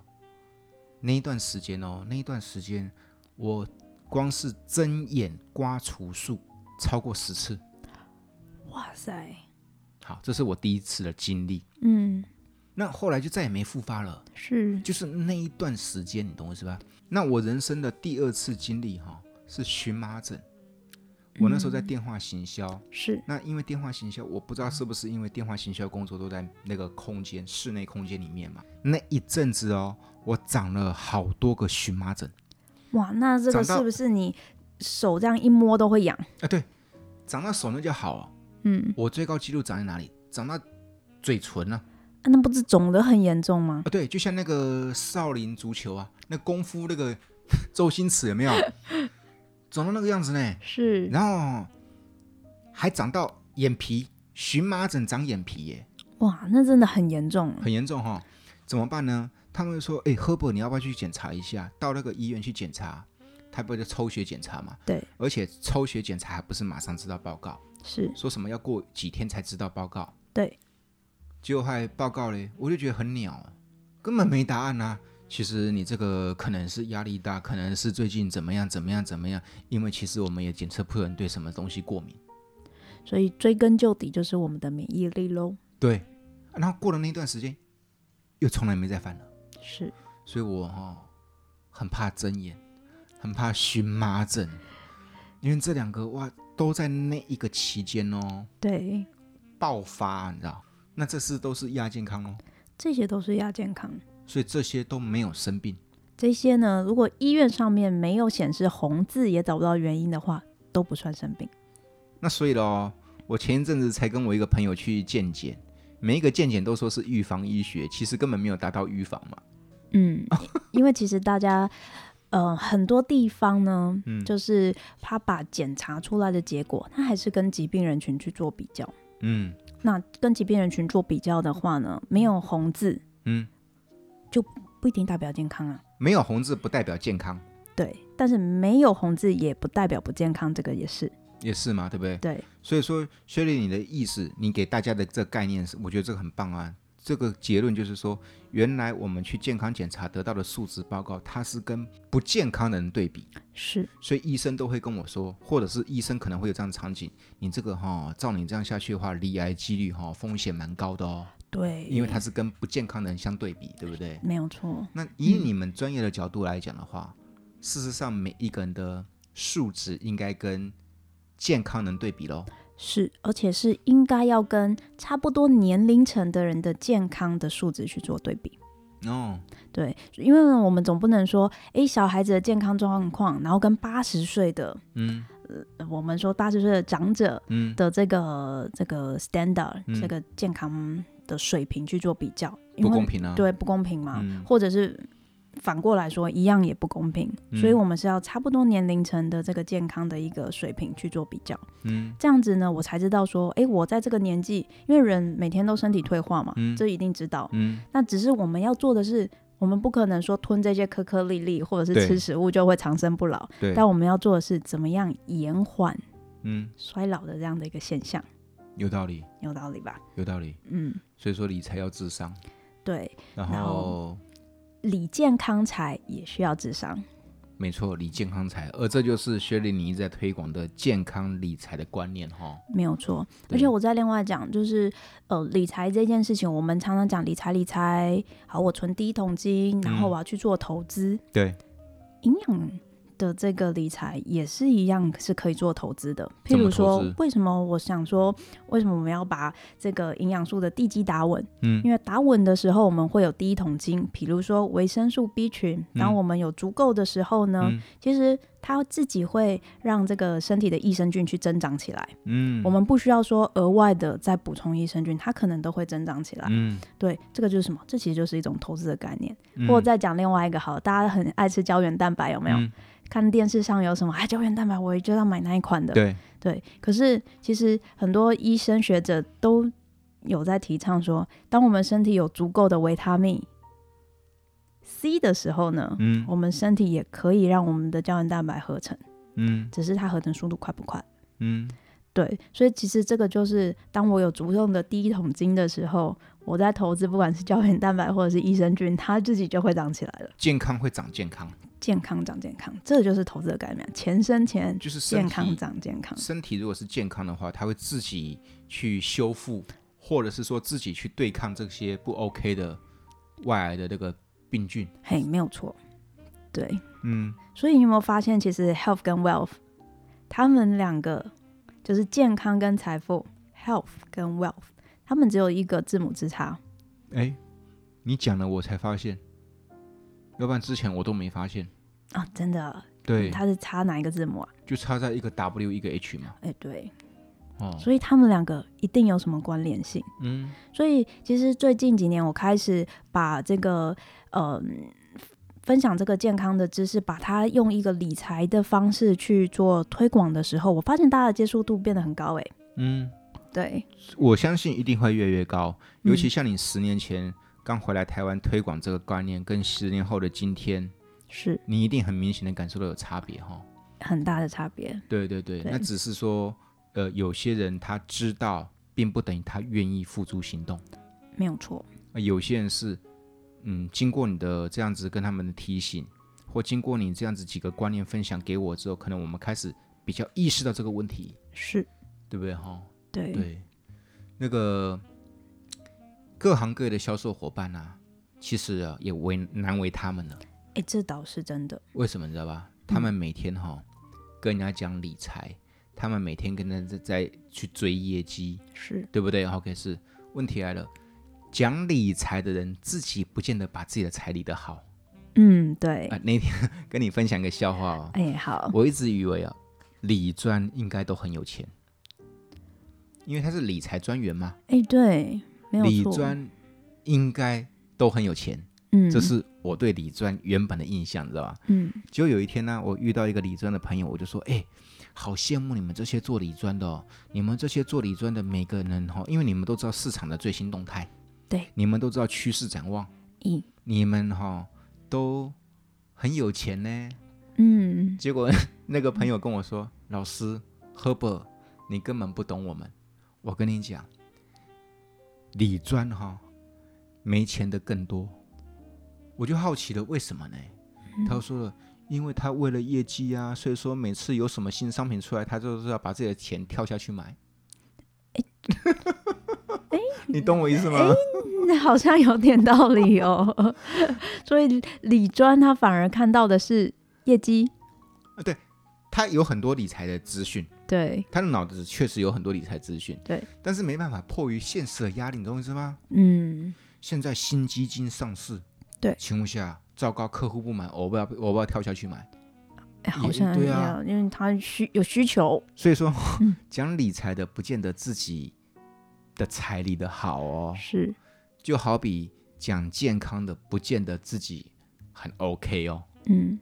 Speaker 1: 那一段时间哦，那一段时间我光是睁眼刮除术超过十次，
Speaker 2: 哇塞，
Speaker 1: 好，这是我第一次的经历。
Speaker 2: 嗯，
Speaker 1: 那后来就再也没复发了，
Speaker 2: 是，
Speaker 1: 就是那一段时间，你懂我意思吧？那我人生的第二次经历哈、是荨麻疹，我那时候在
Speaker 2: 嗯
Speaker 1: 电话行销，
Speaker 2: 是，
Speaker 1: 那因为电话行销，我不知道是不是因为电话行销工作都在那个空间室内空间里面嘛，那一阵子哦，我长了好多个荨麻疹
Speaker 2: 哇，那这个
Speaker 1: 长到
Speaker 2: 是不是你手这样一摸都会痒？
Speaker 1: 啊，对，长到手那就好、哦，
Speaker 2: 嗯，
Speaker 1: 我最高纪录长在哪里？长到嘴唇呢、
Speaker 2: 啊那不是肿得很严重吗
Speaker 1: 啊？？对，就像那个少林足球啊，那功夫那 个周星驰有没有？长到那个样子呢，
Speaker 2: 是，
Speaker 1: 然后还长到眼皮，荨麻疹长眼皮耶、
Speaker 2: 哇，那真的很严重。啊
Speaker 1: 很严重哈、怎么办呢？他们就说，哎、赫伯，你要不要去检查一下？到那个医院去检查，他不就抽血检查嘛？
Speaker 2: 对，
Speaker 1: 而且抽血检查还不是马上知道报告，
Speaker 2: 是，
Speaker 1: 说什么要过几天才知道报告。
Speaker 2: 对，
Speaker 1: 结果还报告嘞，我就觉得很鸟啊，根本没答案啊。其实你这个可能是压力大，可能是最近怎么样怎么样怎么样，因为其实我们也检测不出人对什么东西过敏。
Speaker 2: 所以追根究底就是我们的免疫力喽。
Speaker 1: 对，然后过了那段时间，又从来没再犯了。
Speaker 2: 是，
Speaker 1: 所以我哦很怕睁眼，很怕荨麻疹，因为这两个哇都在那一个期间哦
Speaker 2: 对，
Speaker 1: 爆发，你知道？那这次都是亚健康哦，
Speaker 2: 这些都是亚健康。
Speaker 1: 所以这些都没有生病，
Speaker 2: 这些呢，如果医院上面没有显示红字，也找不到原因的话，都不算生病。
Speaker 1: 那所以咯，我前一阵子才跟我一个朋友去健检，每一个健检都说是预防医学，其实根本没有达到预防嘛。
Speaker 2: 嗯，
Speaker 1: 哦
Speaker 2: 因为其实大家，呃，很多地方呢，
Speaker 1: 嗯
Speaker 2: 就是他把检查出来的结果，他还是跟疾病人群去做比较。
Speaker 1: 嗯
Speaker 2: 那跟疾病人群做比较的话呢，没有红字
Speaker 1: 嗯，
Speaker 2: 不一定代表健康啊。
Speaker 1: 没有红字不代表健康，
Speaker 2: 对，但是没有红字也不代表不健康，这个也是
Speaker 1: 也是嘛，对不对？
Speaker 2: 对。
Speaker 1: 所以说，薛丽，你的意思，你给大家的这个概念是，我觉得这个很棒啊。这个结论就是说，原来我们去健康检查得到的数值报告，它是跟不健康的人对比，
Speaker 2: 是，
Speaker 1: 所以医生都会跟我说，或者是医生可能会有这样的场景，你这个哈、照你这样下去的话，罹癌几率哈、风险蛮高的哦，
Speaker 2: 对，
Speaker 1: 因为它是跟不健康的人相对比，对不对？
Speaker 2: 没有错，
Speaker 1: 那以你们专业的角度来讲的话，事实上每一个人的数值应该跟健康人对比喽。
Speaker 2: 是，而且是应该要跟差不多年龄层的人的健康的数值去做对比。
Speaker 1: 哦，
Speaker 2: 对，因为我们总不能说，诶，小孩子的健康状况，然后跟八十岁的，
Speaker 1: 嗯
Speaker 2: 呃我们说八十岁的长者
Speaker 1: 嗯，
Speaker 2: 的这个这个 standard，、
Speaker 1: 嗯
Speaker 2: 这个健康的水平去做比较，因
Speaker 1: 不
Speaker 2: 为
Speaker 1: 公平啊。，
Speaker 2: 对，不公平嘛，
Speaker 1: 嗯
Speaker 2: 或者是反过来说，一样也不公平，所以
Speaker 1: 嗯
Speaker 2: 我们是要差不多年龄层的这个健康的一个水平去做比较，
Speaker 1: 嗯
Speaker 2: 这样子呢，我才知道说，诶，我在这个年纪，因为人每天都身体退化嘛，
Speaker 1: 嗯
Speaker 2: 这一定知道。
Speaker 1: 嗯，
Speaker 2: 那只是我们要做的是，我们不可能说吞这些颗颗粒粒，或者是
Speaker 1: 对
Speaker 2: 吃食物就会长生不老，
Speaker 1: 对，
Speaker 2: 但我们要做的是怎么样延缓
Speaker 1: 嗯，
Speaker 2: 衰老的这样的一个现象，
Speaker 1: 有道理，
Speaker 2: 有道理吧？
Speaker 1: 有道理。
Speaker 2: 嗯，
Speaker 1: 所以说理财要智商，
Speaker 2: 对，
Speaker 1: 然
Speaker 2: 然
Speaker 1: 后
Speaker 2: 后理健康财也需要智商。
Speaker 1: 没错，理健康财，而这就是薛林你一直在推广的健康理财的观念哈、
Speaker 2: 没有错，
Speaker 1: 对
Speaker 2: 而且我再另外讲，就是呃，理财这件事情，我们常常讲理财，理财好，我存第一桶金，然后
Speaker 1: 嗯
Speaker 2: 我要去做投资，
Speaker 1: 对，
Speaker 2: 营养的这个理财也是一样是可以做投资的。譬
Speaker 1: 怎么
Speaker 2: 如
Speaker 1: 投
Speaker 2: 说
Speaker 1: 资，
Speaker 2: 为什么我想说，为什么我们要把这个营养素的地基打稳？
Speaker 1: 嗯
Speaker 2: 因为打稳的时候，我们会有第一桶金，比如说维生素 B 群。
Speaker 1: 嗯
Speaker 2: 当我们有足够的时候呢，
Speaker 1: 嗯
Speaker 2: 其实它自己会让这个身体的益生菌去增长起来。
Speaker 1: 嗯，
Speaker 2: 我们不需要说额外的再补充益生菌，它可能都会增长起来。
Speaker 1: 嗯，
Speaker 2: 对，这个就是什么？这其实就是一种投资的概念。
Speaker 1: 嗯
Speaker 2: 或者再讲另外一个好了，大家很爱吃胶原蛋白，有没有？
Speaker 1: 嗯
Speaker 2: 看电视上有什么啊，胶原蛋白，我就要买那一款的。
Speaker 1: 对，
Speaker 2: 对可是其实很多医生学者都有在提倡说，当我们身体有足够的维他命 C 的时候呢，
Speaker 1: 嗯
Speaker 2: 我们身体也可以让我们的胶原蛋白合成，
Speaker 1: 嗯
Speaker 2: 只是它合成速度快不快。
Speaker 1: 嗯，
Speaker 2: 对，所以其实这个就是，当我有足够的第一桶金的时候，我在投资不管是胶原蛋白或者是益生菌，它自己就会长起来了。
Speaker 1: 健康会长健康，
Speaker 2: 健康长健康，这就是投资的概念，钱生钱，
Speaker 1: 就是身
Speaker 2: 健
Speaker 1: 体
Speaker 2: 康长健康。
Speaker 1: 身体如果是健康的话，它会自己去修复，或者是说自己去对抗这些不 OK 的外来的那个病菌。
Speaker 2: 嘿，没有错，对。
Speaker 1: 嗯，
Speaker 2: 所以你有没有发现，其实 health 跟 wealth，他们两个就是健康跟财富，health 跟 wealth，他们只有一个字母之差。
Speaker 1: 哎，你讲了我才发现，要不然之前我都没发现。嗯
Speaker 2: 啊，真的，
Speaker 1: 对，
Speaker 2: 它是差哪一个字母啊？
Speaker 1: 就差在一个 W 一个 H 嘛。
Speaker 2: 哎、对，
Speaker 1: 哦，
Speaker 2: 所以他们两个一定有什么关联性。
Speaker 1: 嗯
Speaker 2: 所以其实最近几年，我开始把这个呃分享这个健康的知识，把它用一个理财的方式去做推广的时候，我发现大家的接受度变得很高哎诶、
Speaker 1: 嗯，
Speaker 2: 对，
Speaker 1: 我相信一定会越来越高，尤其
Speaker 2: 嗯
Speaker 1: 像你十年前刚回来台湾推广这个观念，跟十年后的今天，
Speaker 2: 是
Speaker 1: 你一定很明显的感受到有差别哈、
Speaker 2: 很大的差别。
Speaker 1: 对对对，
Speaker 2: 对
Speaker 1: 那只是说，呃，有些人他知道，并不等于他愿意付诸行动，
Speaker 2: 没有错，
Speaker 1: 而有些人是，嗯，经过你的这样子跟他们的提醒，或经过你这样子几个观念分享给我之后，可能我们开始比较意识到这个问题，
Speaker 2: 是
Speaker 1: 对不对哈、
Speaker 2: 对，
Speaker 1: 对，那个各行各业的销售伙伴啊，其实啊也为难为他们了。
Speaker 2: 哎，这倒是真的。
Speaker 1: 为什么你知道吧？
Speaker 2: 嗯
Speaker 1: 他们每天哈、跟人家讲理财，他们每天跟人家在在去追业绩，
Speaker 2: 是
Speaker 1: 对不对？OK，是问题来了，讲理财的人自己不见得把自己的财理得好
Speaker 2: 嗯，对，
Speaker 1: 啊、那天跟你分享个笑话哦，
Speaker 2: 哎，好，
Speaker 1: 我一直以为啊，理专应该都很有钱，因为他是理财专员嘛。
Speaker 2: 哎，对，没有
Speaker 1: 理
Speaker 2: 错，
Speaker 1: 专应该都很有钱，
Speaker 2: 嗯，
Speaker 1: 这是我对理专原本的印象，你知道吧？
Speaker 2: 嗯，
Speaker 1: 结果有一天呢，我遇到一个理专的朋友，我就说：“哎、好羡慕你们这些做理专的哦，你们这些做理专的每个人哦，因为你们都知道市场的最新动态，
Speaker 2: 对，
Speaker 1: 你们都知道趋势展望，
Speaker 2: 一，
Speaker 1: 你们哈、哦、都很有钱呢。”
Speaker 2: 嗯，
Speaker 1: 结果 那个朋友跟我说：“老师，Herbert，你根本不懂我们。我跟你讲，理专哈、没钱的更多。”我就好奇了，为什么呢？他说了，因为他为了业绩啊，所以说每次有什么新商品出来，他就是要把自己的钱跳下去买。 你懂我意思吗？
Speaker 2: 那好像有点道理哦。 所以理专他反而看到的是业绩，
Speaker 1: 他有很多理财的资讯，
Speaker 2: 对，
Speaker 1: 他的脑子确实有很多理财资讯，
Speaker 2: 对，
Speaker 1: 但是没办法，迫于现实的压力，你懂我意思吗？
Speaker 2: 嗯，
Speaker 1: 现在新基金上市，
Speaker 2: 对
Speaker 1: 情况下，糟糕，客户不买，我不要，我不要跳下去买。
Speaker 2: 哎好
Speaker 1: 也
Speaker 2: 像
Speaker 1: 对
Speaker 2: 要、
Speaker 1: 啊
Speaker 2: 因为他需有需求，
Speaker 1: 所以说，讲理财的不见得自己的财理的好哦，
Speaker 2: 是
Speaker 1: 就好比讲健康的，不见得自己很 OK 哦。
Speaker 2: 嗯，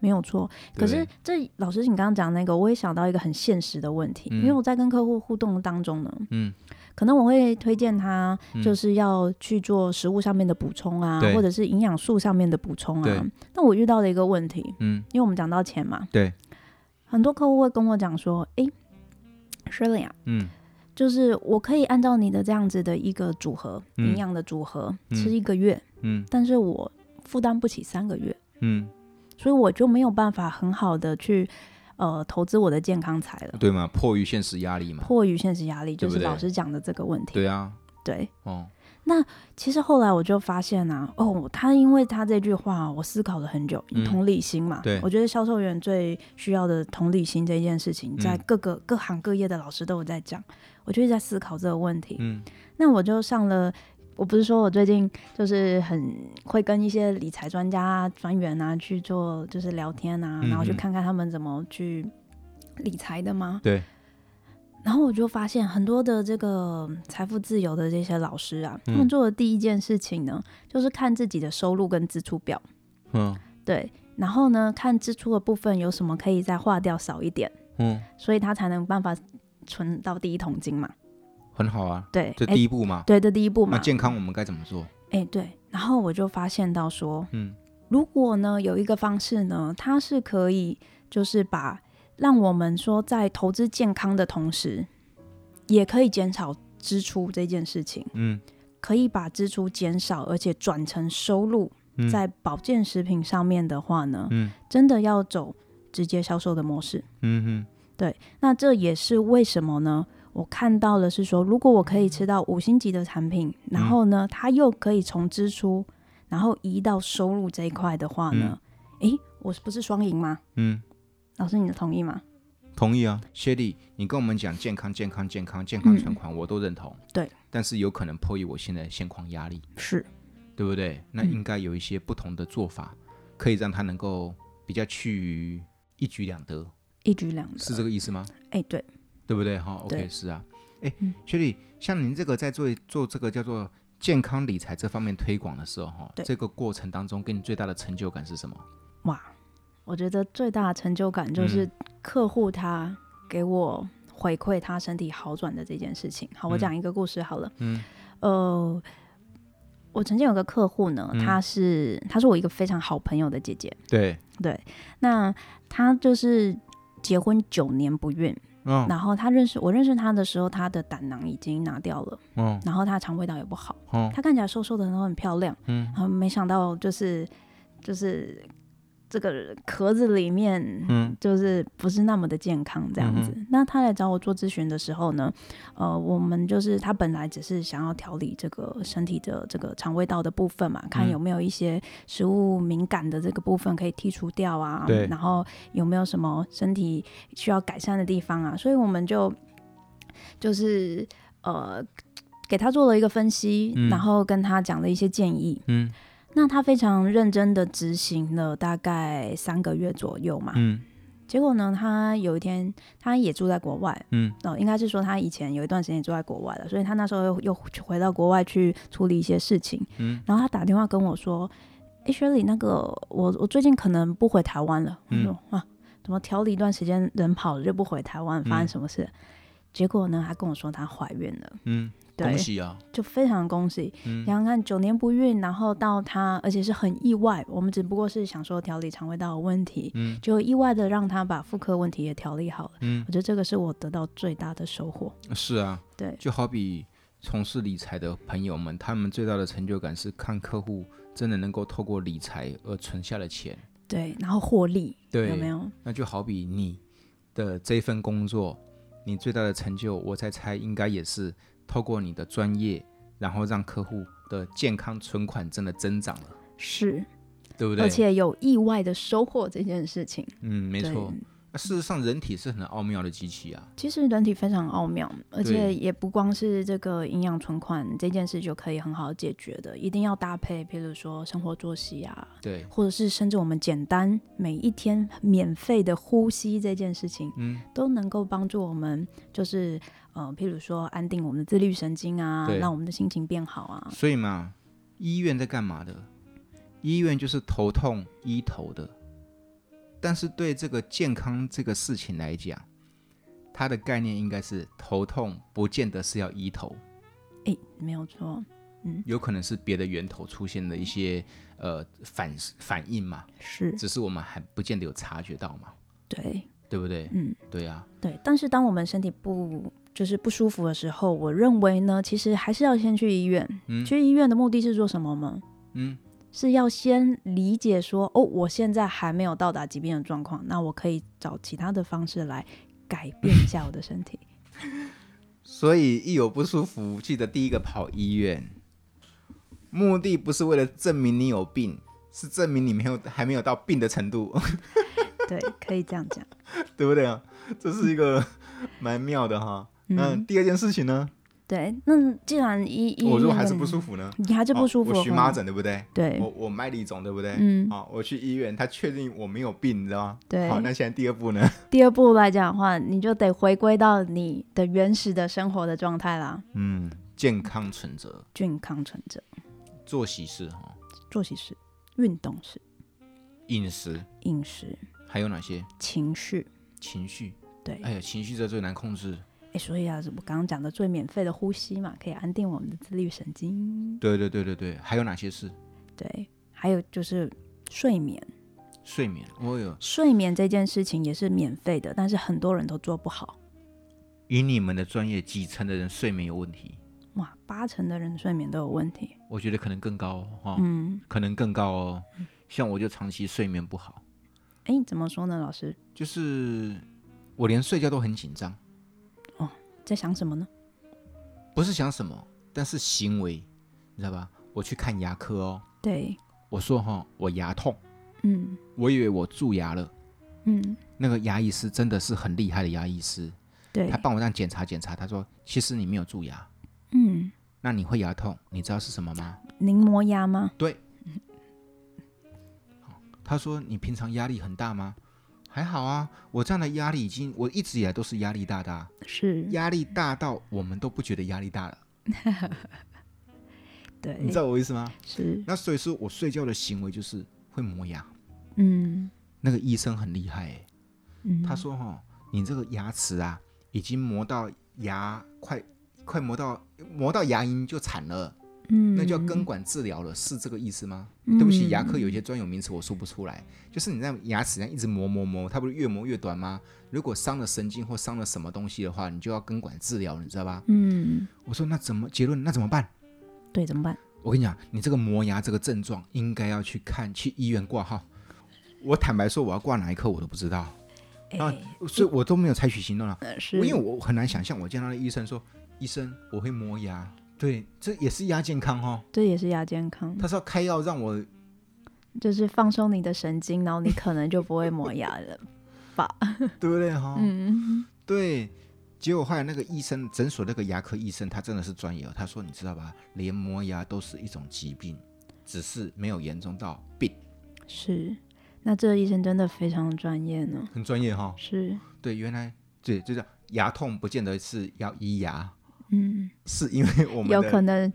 Speaker 2: 没有错。
Speaker 1: 对
Speaker 2: 可
Speaker 1: 不对
Speaker 2: 是这老师，你刚刚讲那个，我也想到一个很现实的问题，
Speaker 1: 嗯
Speaker 2: 因为我在跟客户互动当中呢，
Speaker 1: 嗯，
Speaker 2: 可能我会推荐他
Speaker 1: 嗯
Speaker 2: 就是要去做食物上面的补充啊，
Speaker 1: 对
Speaker 2: 或者是营养素上面的补充
Speaker 1: 对
Speaker 2: 啊。那我遇到了一个问题，
Speaker 1: 嗯，
Speaker 2: 因为我们讲到钱嘛，
Speaker 1: 对，
Speaker 2: 很多客户会跟我讲说，诶， Shirley 啊，
Speaker 1: 嗯
Speaker 2: 就是我可以按照你的这样子的一个组合，
Speaker 1: 嗯
Speaker 2: 营养的组合、
Speaker 1: 嗯
Speaker 2: 吃一个月，
Speaker 1: 嗯
Speaker 2: 但是我负担不起三个月，
Speaker 1: 嗯，
Speaker 2: 所以我就没有办法很好的去呃投资我的健康财了。
Speaker 1: 对嘛，迫于现实压力嘛，
Speaker 2: 迫于现实压力，
Speaker 1: 对
Speaker 2: 就
Speaker 1: 不
Speaker 2: 是
Speaker 1: 对
Speaker 2: 老师讲的这个问题。
Speaker 1: 对啊，
Speaker 2: 对
Speaker 1: 哦，
Speaker 2: 其实后来我就发现啊，哦，他因为他这句话，我思考了很久，
Speaker 1: 嗯
Speaker 2: 同理心嘛，
Speaker 1: 对
Speaker 2: 我觉得销售员最需要的同理心这件事情，在
Speaker 1: 嗯
Speaker 2: 各个、各行各业的老师都有在讲，我就一直在思考这个问题。
Speaker 1: 嗯
Speaker 2: 那我就上了。我不是说我最近就是很会跟一些理财专家啊、专员啊去做，就是聊天啊，
Speaker 1: 嗯
Speaker 2: 然后去
Speaker 1: 嗯
Speaker 2: 看看他们怎么去理财的吗？
Speaker 1: 对。
Speaker 2: 然后我就发现很多的这个财富自由的这些老师啊，他
Speaker 1: 嗯
Speaker 2: 们做的第一件事情呢，就是看自己的收入跟支出表，
Speaker 1: 嗯
Speaker 2: 对，然后呢看支出的部分有什么可以再划掉少一点，
Speaker 1: 嗯，
Speaker 2: 所以他才能办法存到第一桶金嘛，
Speaker 1: 很好啊，
Speaker 2: 对，
Speaker 1: 这
Speaker 2: 哎
Speaker 1: 第一啊步嘛。
Speaker 2: 对，这第一步嘛
Speaker 1: 那，健康我们该怎么做？
Speaker 2: 哎，对，然后我就发现到说，
Speaker 1: 嗯
Speaker 2: 如果呢有一个方式呢，它是可以就是把让我们说在投资健康的同时，也可以减少支出这件事情，
Speaker 1: 嗯
Speaker 2: 可以把支出减少，而且转成收入，
Speaker 1: 嗯，
Speaker 2: 在保健食品上面的话呢，
Speaker 1: 嗯
Speaker 2: 真的要走直接销售的模式。
Speaker 1: 嗯
Speaker 2: 那这也是为什么呢？我看到了是说，如果我可以
Speaker 1: 嗯
Speaker 2: 吃到五星级的产品，然后呢，它又可以从支出，然后移到收入这一块的话呢，诶，我是不是双赢吗？
Speaker 1: 嗯
Speaker 2: 老师，你的同意吗？
Speaker 1: 嗯，同意啊，谢丽，你跟我们讲健康、健康、健康、健康存款，我都认同。
Speaker 2: 嗯对，
Speaker 1: 但是有可能迫于我现在的现况压力，
Speaker 2: 是，
Speaker 1: 对不对？那
Speaker 2: 嗯
Speaker 1: 应该有一些不同的做法，可以让它能够比较趋于一举两得，
Speaker 2: 一举两得。
Speaker 1: 是这个意思吗？
Speaker 2: 哎、对，
Speaker 1: 对不对？哈，OK，
Speaker 2: 嗯对
Speaker 1: 是啊。哎
Speaker 2: 嗯，
Speaker 1: 学弟，像您这个在做做这个叫做健康理财这方面推广的时候，哈，
Speaker 2: 对
Speaker 1: 这个过程当中，给你最大的成就感是什么？
Speaker 2: 哇，我觉得最大的成就感
Speaker 1: 嗯
Speaker 2: 就是客户他给我回馈他身体好转的这件事情。好，我
Speaker 1: 嗯
Speaker 2: 讲一个故事好了。
Speaker 1: 嗯
Speaker 2: 呃，我曾经有个客户呢，
Speaker 1: 嗯
Speaker 2: 她是她是我一个非常好朋友的姐姐，
Speaker 1: 对，
Speaker 2: 对，那她就是结婚九年不孕，
Speaker 1: 嗯
Speaker 2: 然后她认识我认识她的时候，她的胆囊已经拿掉了，
Speaker 1: 嗯
Speaker 2: 然后她肠胃道也不好，
Speaker 1: 嗯
Speaker 2: 她看起来瘦瘦的，然后很漂亮，
Speaker 1: 嗯
Speaker 2: 然后没想到就是就是这个壳子里面
Speaker 1: 嗯
Speaker 2: 就是不是那么的健康这样子。那他来找我做咨询的时候呢，呃，我们就是他本来只是想要调理这个身体的这个肠胃道的部分嘛，看
Speaker 1: 嗯
Speaker 2: 有没有一些食物敏感的这个部分可以剔除掉啊，
Speaker 1: 对
Speaker 2: 然后有没有什么身体需要改善的地方啊，所以我们就就是呃。给他做了一个分析，
Speaker 1: 嗯
Speaker 2: 然后跟他讲了一些建议。
Speaker 1: 嗯
Speaker 2: 那他非常认真的执行了大概三个月左右嘛。
Speaker 1: 嗯
Speaker 2: 结果呢，他有一天他也住在国外，
Speaker 1: 嗯
Speaker 2: 哦，应该是说他以前有一段时间也住在国外了，所以他那时候又又回到国外去处理一些事情。
Speaker 1: 嗯
Speaker 2: 然后他打电话跟我说：“哎、s h i r l e y 那个我我最近可能不回台湾了。”我
Speaker 1: 嗯
Speaker 2: 说：“啊，怎么调理一段时间人跑了就不回台湾，发生什么事？”结果呢，他跟我说她怀孕了，
Speaker 1: 嗯，
Speaker 2: 对
Speaker 1: 恭，喜啊！
Speaker 2: 就非常恭喜。
Speaker 1: 嗯
Speaker 2: 想想看，九年不孕，然后到她，而且是很意外，我们只不过是想说调理肠胃道的问题，
Speaker 1: 嗯
Speaker 2: 就意外的让他把妇科问题也调理好了。
Speaker 1: 嗯
Speaker 2: 我，觉得这个是我得到最大的收获。
Speaker 1: 是啊，
Speaker 2: 对，
Speaker 1: 就好比从事理财的朋友们，他们最大的成就感是看客户真的能够透过理财而存下的钱。
Speaker 2: 对，然后获利
Speaker 1: 对，
Speaker 2: 有没有？
Speaker 1: 那就好比你的这份工作，你最大的成就，我在猜应该也是透过你的专业，然后让客户的健康存款真的增长了，
Speaker 2: 是，
Speaker 1: 对不对？
Speaker 2: 而且有意外的收获这件事情。
Speaker 1: 嗯，没
Speaker 2: 对
Speaker 1: 错。。那事实上，人体是很奥妙的机器啊。
Speaker 2: 其实人体非常奥妙，而且
Speaker 1: 对
Speaker 2: 也不光是这个营养存款这件事就可以很好地解决的，一定要搭配，譬如说生活作息啊，
Speaker 1: 对，
Speaker 2: 或者是甚至我们简单每一天免费的呼吸这件事情，
Speaker 1: 嗯，
Speaker 2: 都能够帮助我们，就是呃，譬如说安定我们的自律神经啊，
Speaker 1: 对
Speaker 2: 让我们的心情变好啊。
Speaker 1: 所以嘛，医院在干嘛的？医院就是头痛医头的，但是对这个健康这个事情来讲，它的概念应该是头痛不见得是要医头，
Speaker 2: 诶，没有错，
Speaker 1: 有可能是别的源头出现的一些呃反反应嘛，
Speaker 2: 是
Speaker 1: 只是我们还不见得有察觉到嘛。
Speaker 2: 对，
Speaker 1: 对不对？
Speaker 2: 嗯，
Speaker 1: 对啊，
Speaker 2: 对。但是当我们身体不就是不舒服的时候，我认为呢，其实还是要先去医院。
Speaker 1: 嗯
Speaker 2: 去医院的目的是做什么吗？
Speaker 1: 嗯，
Speaker 2: 是要先理解说，哦，我现在还没有到达疾病的状况，那我可以找其他的方式来改变一下我的身体。
Speaker 1: 所以一有不舒服，记得第一个跑医院，目的不是为了证明你有病，是证明你没有还没有到病的程度，
Speaker 2: 对，可以这样讲。
Speaker 1: 对不对啊？这是一个蛮妙的哈。
Speaker 2: 嗯
Speaker 1: 那第二件事情呢？
Speaker 2: 对，那既然医医
Speaker 1: 我如果
Speaker 2: 院
Speaker 1: 还是
Speaker 2: 的
Speaker 1: 不舒服呢？
Speaker 2: 你还是不舒服
Speaker 1: 哦
Speaker 2: 的话，
Speaker 1: 我荨麻疹对不哦对？
Speaker 2: 对
Speaker 1: 我我麦粒肿对不对？
Speaker 2: 嗯
Speaker 1: 好、我去医院，他确定我没有病，你知道吗？
Speaker 2: 对
Speaker 1: 好，那现在第二步呢？
Speaker 2: 第二步来讲的话，你就得回归到你的原始的生活的状态啦。
Speaker 1: 嗯，健康存折、
Speaker 2: 健康存折、
Speaker 1: 作息是哈、
Speaker 2: 作息是、运动是、
Speaker 1: 饮食
Speaker 2: 饮食、
Speaker 1: 还有哪些
Speaker 2: 情绪。
Speaker 1: 情绪？
Speaker 2: 对，
Speaker 1: 哎呀，情绪这最难控制。
Speaker 2: 哎，所以啊，我刚刚讲的最免费的呼吸嘛，可以安定我们的自律神经。
Speaker 1: 对对对对对，还有哪些是
Speaker 2: 对，还有就是睡眠，
Speaker 1: 睡眠？我有。
Speaker 2: 睡眠这件事情也是免费的，但是很多人都做不好。
Speaker 1: 以你们的专业，几成的人睡眠有问题？
Speaker 2: 哇，八成的人睡眠都有问题。
Speaker 1: 我觉得可能更高哦哈、
Speaker 2: 嗯，
Speaker 1: 可能更高哦。像我就长期睡眠不好，
Speaker 2: 哎，怎么说呢，老师
Speaker 1: 就是我连睡觉都很紧张，
Speaker 2: 在想什么呢？
Speaker 1: 不是想什么，但是行为，你知道吧？我去看牙科哦，
Speaker 2: 对，
Speaker 1: 我说哈、我牙痛，
Speaker 2: 嗯
Speaker 1: 我以为我蛀牙了。
Speaker 2: 嗯，
Speaker 1: 那个牙医师真的是很厉害的牙医师，
Speaker 2: 对
Speaker 1: 他，帮我这样检查检查，他说其实你没有蛀牙，
Speaker 2: 嗯，
Speaker 1: 那你会牙痛，你知道是什么吗？
Speaker 2: 您磨牙吗？
Speaker 1: 他说你平常压力很大吗？还好啊，我这样的压力已经我一直以来都是压力大大、
Speaker 2: 是，
Speaker 1: 压力大到我们都不觉得压力大了，
Speaker 2: 对，
Speaker 1: 你知道我意思吗？
Speaker 2: 是，
Speaker 1: 那所以说我睡觉的行为就是会磨牙，
Speaker 2: 嗯
Speaker 1: 那个医生很厉害、欸，
Speaker 2: 嗯，
Speaker 1: 他说哈、你这个牙齿啊，已经磨到牙快快磨到磨到牙龈就惨了，
Speaker 2: 嗯，
Speaker 1: 那就要根管治疗了，是这个意思吗？
Speaker 2: 嗯
Speaker 1: 对不起，牙科有一些专有名词我说不出来，就是你让牙齿这样一直磨磨磨，它不是越磨越短吗？如果伤了神经或伤了什么东西的话，你就要根管治疗，你知道吧？
Speaker 2: 嗯，
Speaker 1: 我说那怎么结论？那怎么办？
Speaker 2: 对，怎么办？
Speaker 1: 我跟你讲，你这个磨牙这个症状应该要去看去医院挂号。我坦白说，我要挂哪一科我都不知道，
Speaker 2: 哎、
Speaker 1: 啊所以我都没有采取行动了。
Speaker 2: 呃是，
Speaker 1: 我因为我很难想象，我见到的医生说：“医生，我会磨牙。”对，这也是牙健康哦。
Speaker 2: 这也是亚健康，
Speaker 1: 他是要开药让我
Speaker 2: 就是放松你的神经，然后你可能就不会磨牙 了。
Speaker 1: 对不对哈、
Speaker 2: 嗯，
Speaker 1: 对，结果后来那个医生，诊所那个牙科医生，他真的是专业哦。他说：“你知道吧，连磨牙都是一种疾病，只是没有严重到病，
Speaker 2: 是，那这个医生真的非常专业呢。
Speaker 1: 很专业哈、
Speaker 2: 是，
Speaker 1: 对，原来对，就这样，牙痛不见得是要医牙，
Speaker 2: 嗯，
Speaker 1: 是因为我们
Speaker 2: 有
Speaker 1: 的
Speaker 2: 可能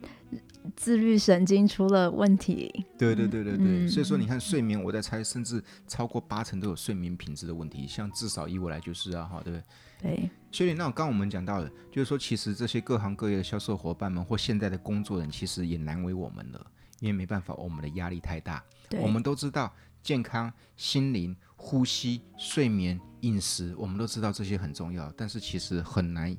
Speaker 2: 自律神经出了问题。
Speaker 1: 对对对对对，
Speaker 2: 嗯
Speaker 1: 所以说你看睡眠，我在猜，甚至超过八成都有睡眠品质的问题，像至少以我来就是啊，哈，对不对？
Speaker 2: 对，
Speaker 1: 所以那刚刚我们讲到的，就是说其实这些各行各业的销售伙伴们或现在的工作人，其实也难为我们了，因为没办法，我们的压力太大。
Speaker 2: 对，
Speaker 1: 我们都知道健康、心灵、呼吸、睡眠、饮食，我们都知道这些很重要，但是其实很难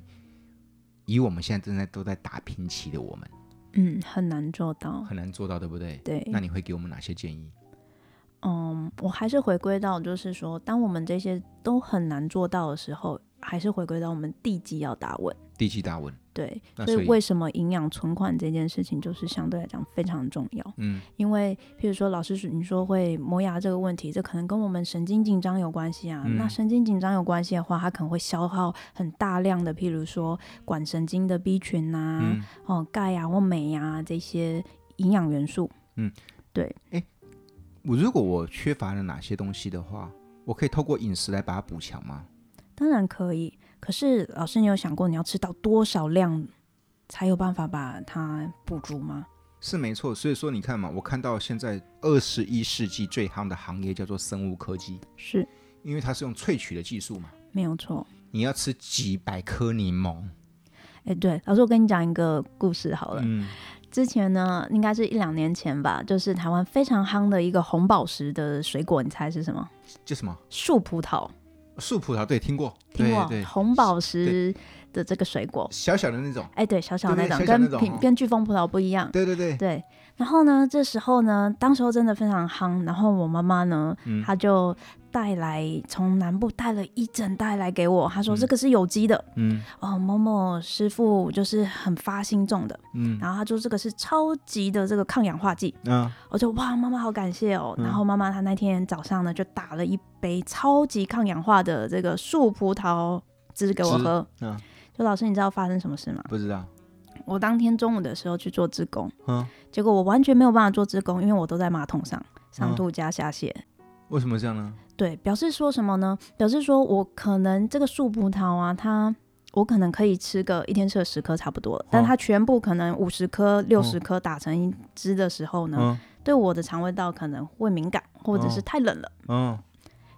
Speaker 1: 以我们现在正在都在打拼期的我们，
Speaker 2: 嗯很难做到。
Speaker 1: 很难做到，对不对？
Speaker 2: 对，
Speaker 1: 那你会给我们哪些建议？
Speaker 2: 嗯，我还是回归到，就是说，当我们这些都很难做到的时候，还是回归到我们地基要打稳。
Speaker 1: 第七大文，
Speaker 2: 对，
Speaker 1: 那
Speaker 2: 所
Speaker 1: 所
Speaker 2: 以
Speaker 1: 以
Speaker 2: 为什么营养存款这件事情就是相对来讲非常重要？
Speaker 1: 嗯，
Speaker 2: 因为譬如说老师说你说会磨牙这个问题，这可能跟我们神经紧张有关系啊。
Speaker 1: 嗯
Speaker 2: 那神经紧张有关系的话，它可能会消耗很大量的，譬如说管神经的 B 群啊、
Speaker 1: 嗯，
Speaker 2: 哦钙啊或镁啊这些营养元素。
Speaker 1: 我如果我缺乏了哪些东西的话，我可以透过饮食来把它补强吗？
Speaker 2: 当然可以，可是老师，你有想过你要吃到多少量才有办法把它补足吗？
Speaker 1: 是没错，所以说你看嘛，我看到现在二十一世纪最夯的行业叫做生物科技，
Speaker 2: 是，
Speaker 1: 因为它是用萃取的技术嘛，
Speaker 2: 没有错。
Speaker 1: 你要吃几百颗柠檬，
Speaker 2: 哎，对，老师，我跟你讲一个故事好了。
Speaker 1: 嗯，
Speaker 2: 之前呢，应该是一两年前吧，就是台湾非常夯的一个红宝石的水果，你猜是什么？
Speaker 1: 就什么
Speaker 2: 树葡萄。
Speaker 1: 树葡萄对，听过，
Speaker 2: 听过
Speaker 1: 对对，
Speaker 2: 红宝石的这个水果，
Speaker 1: 小小的那种，
Speaker 2: 哎，对，小小
Speaker 1: 对
Speaker 2: 那
Speaker 1: 对
Speaker 2: 种，
Speaker 1: 小小那
Speaker 2: 跟
Speaker 1: 种
Speaker 2: 品
Speaker 1: 哦
Speaker 2: 跟巨峰葡萄不一样。
Speaker 1: 对对对，
Speaker 2: 对，然后呢，这时候呢，当时候真的非常夯，然后我妈妈呢，
Speaker 1: 嗯
Speaker 2: 她就带来从南部带了一整袋来给我，她说
Speaker 1: 嗯
Speaker 2: 这个是有机的，
Speaker 1: 嗯
Speaker 2: 哦，某某师傅就是很发心种的，
Speaker 1: 嗯
Speaker 2: 然后她说这个是超级的这个抗氧化剂，
Speaker 1: 啊
Speaker 2: 我就哇，妈妈好感谢哦。
Speaker 1: 嗯
Speaker 2: 然后妈妈她那天早上呢，就打了一杯超级抗氧化的这个树葡萄汁给我
Speaker 1: 汁
Speaker 2: 喝。
Speaker 1: 啊，
Speaker 2: 就老师，你知道发生什么事吗？
Speaker 1: 不知道，
Speaker 2: 我当天中午的时候去做志工，
Speaker 1: 嗯，
Speaker 2: 结果我完全没有办法做志工，因为我都在马桶上上
Speaker 1: 嗯
Speaker 2: 吐加下泻。
Speaker 1: 为什么这样呢？
Speaker 2: 对，表示说什么呢？表示说我可能这个树葡萄啊，它我可能可以吃个一天吃了十颗差不多了，但
Speaker 1: 哦
Speaker 2: 它全部可能五十颗、六十颗打成一支的时候呢，
Speaker 1: 嗯
Speaker 2: 对我的肠胃道可能会敏感，或者是
Speaker 1: 哦
Speaker 2: 太冷了，
Speaker 1: 嗯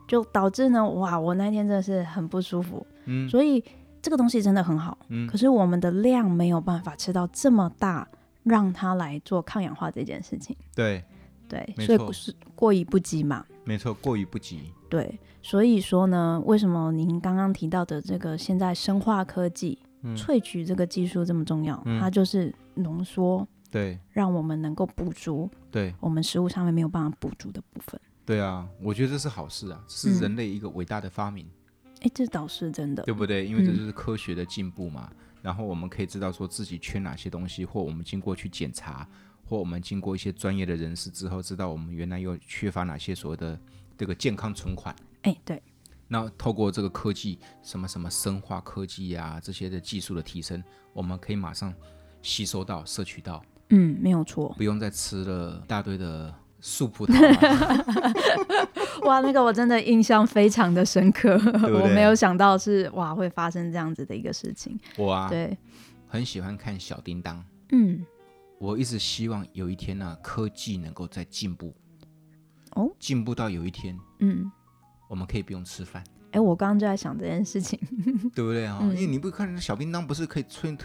Speaker 2: 就导致呢，哇，我那天真的是很不舒服。
Speaker 1: 嗯
Speaker 2: 所以这个东西真的很好，
Speaker 1: 嗯
Speaker 2: 可是我们的量没有办法吃到这么大，让它来做抗氧化这件事情。
Speaker 1: 对，
Speaker 2: 对，
Speaker 1: 没
Speaker 2: 所以
Speaker 1: 错
Speaker 2: 是过于不及嘛。
Speaker 1: 没错，过于不及，
Speaker 2: 对，所以说呢，为什么您刚刚提到的这个现在生化科技、
Speaker 1: 嗯，
Speaker 2: 萃取这个技术这么重要？
Speaker 1: 嗯
Speaker 2: 它就是浓缩，
Speaker 1: 对
Speaker 2: 让我们能够补足
Speaker 1: 对
Speaker 2: 我们食物上面没有办法补足的部分。
Speaker 1: 对啊，我觉得这是好事啊，是
Speaker 2: 嗯
Speaker 1: 人类一个伟大的发明，
Speaker 2: 哎，这倒是真的。
Speaker 1: 对不对？因为这
Speaker 2: 嗯
Speaker 1: 就是科学的进步嘛。然后我们可以知道说自己缺哪些东西，或我们经过去检查，或我们经过一些专业的人士之后，知道我们原来又缺乏哪些所谓的这个健康存款。
Speaker 2: 哎，对，
Speaker 1: 那透过这个科技，什么什么生化科技呀、这些的技术的提升，我们可以马上吸收到、摄取到，
Speaker 2: 嗯，没有错。
Speaker 1: 不用再吃了一大堆的树葡萄、啊。
Speaker 2: 哇，那个我真的印象非常的深刻，
Speaker 1: 不
Speaker 2: 我
Speaker 1: 对
Speaker 2: 没有想到是哇会发生这样子的一个事情。
Speaker 1: 我啊，
Speaker 2: 对，
Speaker 1: 很喜欢看小叮当。
Speaker 2: 嗯，
Speaker 1: 我一直希望有一天呢、啊科技能够再进步，
Speaker 2: 哦，
Speaker 1: 进步到有一天
Speaker 2: 嗯，
Speaker 1: 我们可以不用吃 饭，
Speaker 2: 哎、我刚刚就在想这件事情。
Speaker 1: 对不对啊、
Speaker 2: 嗯
Speaker 1: 因为你不看小叮当不是可以吞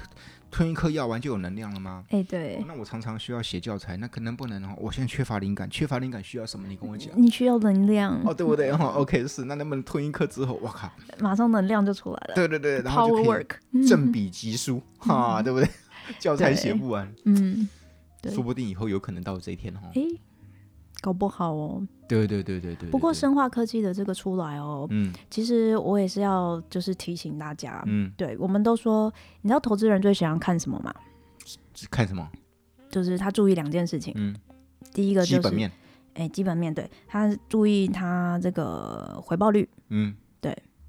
Speaker 1: 吞一颗药丸就有能量了吗？
Speaker 2: 哎、对，
Speaker 1: 那我常常需要写教材，那可能不能哦。我现在缺乏灵感，缺乏灵感需要什么？你跟我讲。
Speaker 2: 你需要能量，
Speaker 1: 哦，对不对？哦，OK，是那能不能吞一颗之后，我 靠，
Speaker 2: 马上能量就出来了。
Speaker 1: 对对对，然后
Speaker 2: Power
Speaker 1: 就可
Speaker 2: work，嗯
Speaker 1: 以振笔疾书哈，对不 对？教材写不完，
Speaker 2: 嗯，对
Speaker 1: 说不定以后有可能到这一天哦
Speaker 2: 哎、。搞不好哦。
Speaker 1: 对对对对对。
Speaker 2: 不过
Speaker 1: 对，
Speaker 2: 生化科技的这个出来哦，
Speaker 1: 嗯
Speaker 2: 其实我也是要就是提醒大家，
Speaker 1: 嗯，
Speaker 2: 对我们都说，你知道投资人最喜欢看什么吗？
Speaker 1: 看什么？
Speaker 2: 就是他注意两件事情，
Speaker 1: 嗯，
Speaker 2: 第一个
Speaker 1: 基
Speaker 2: 就
Speaker 1: 本
Speaker 2: 是
Speaker 1: 面，
Speaker 2: 哎、基本面对，他注意他这个回报率，
Speaker 1: 嗯，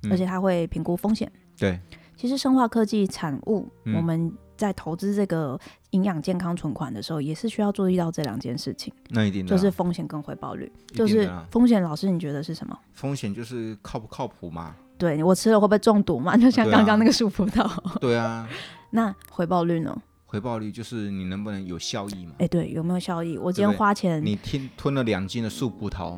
Speaker 1: 嗯
Speaker 2: 而且他会评估风险。
Speaker 1: 对，
Speaker 2: 其实生化科技产物，
Speaker 1: 嗯
Speaker 2: 我们在投资这个营养健康存款的时候，也是需要注意到这两件事情，
Speaker 1: 那一定的
Speaker 2: 就
Speaker 1: 啊，
Speaker 2: 是风险跟回报率。
Speaker 1: 一定
Speaker 2: 就
Speaker 1: 的
Speaker 2: 是
Speaker 1: 啊
Speaker 2: 风险，老师你觉得是什么？
Speaker 1: 风险就是靠不靠谱嘛？
Speaker 2: 对我吃了会不会中毒嘛？就像
Speaker 1: 对啊
Speaker 2: 刚刚那个树葡萄。
Speaker 1: 对啊，
Speaker 2: 那回报率呢？
Speaker 1: 回报率就是你能不能有效益嘛
Speaker 2: 哎、？对，有没有效益？我今
Speaker 1: 对
Speaker 2: 天
Speaker 1: 不对
Speaker 2: 花钱，
Speaker 1: 你吞吞了两斤的树葡 萄，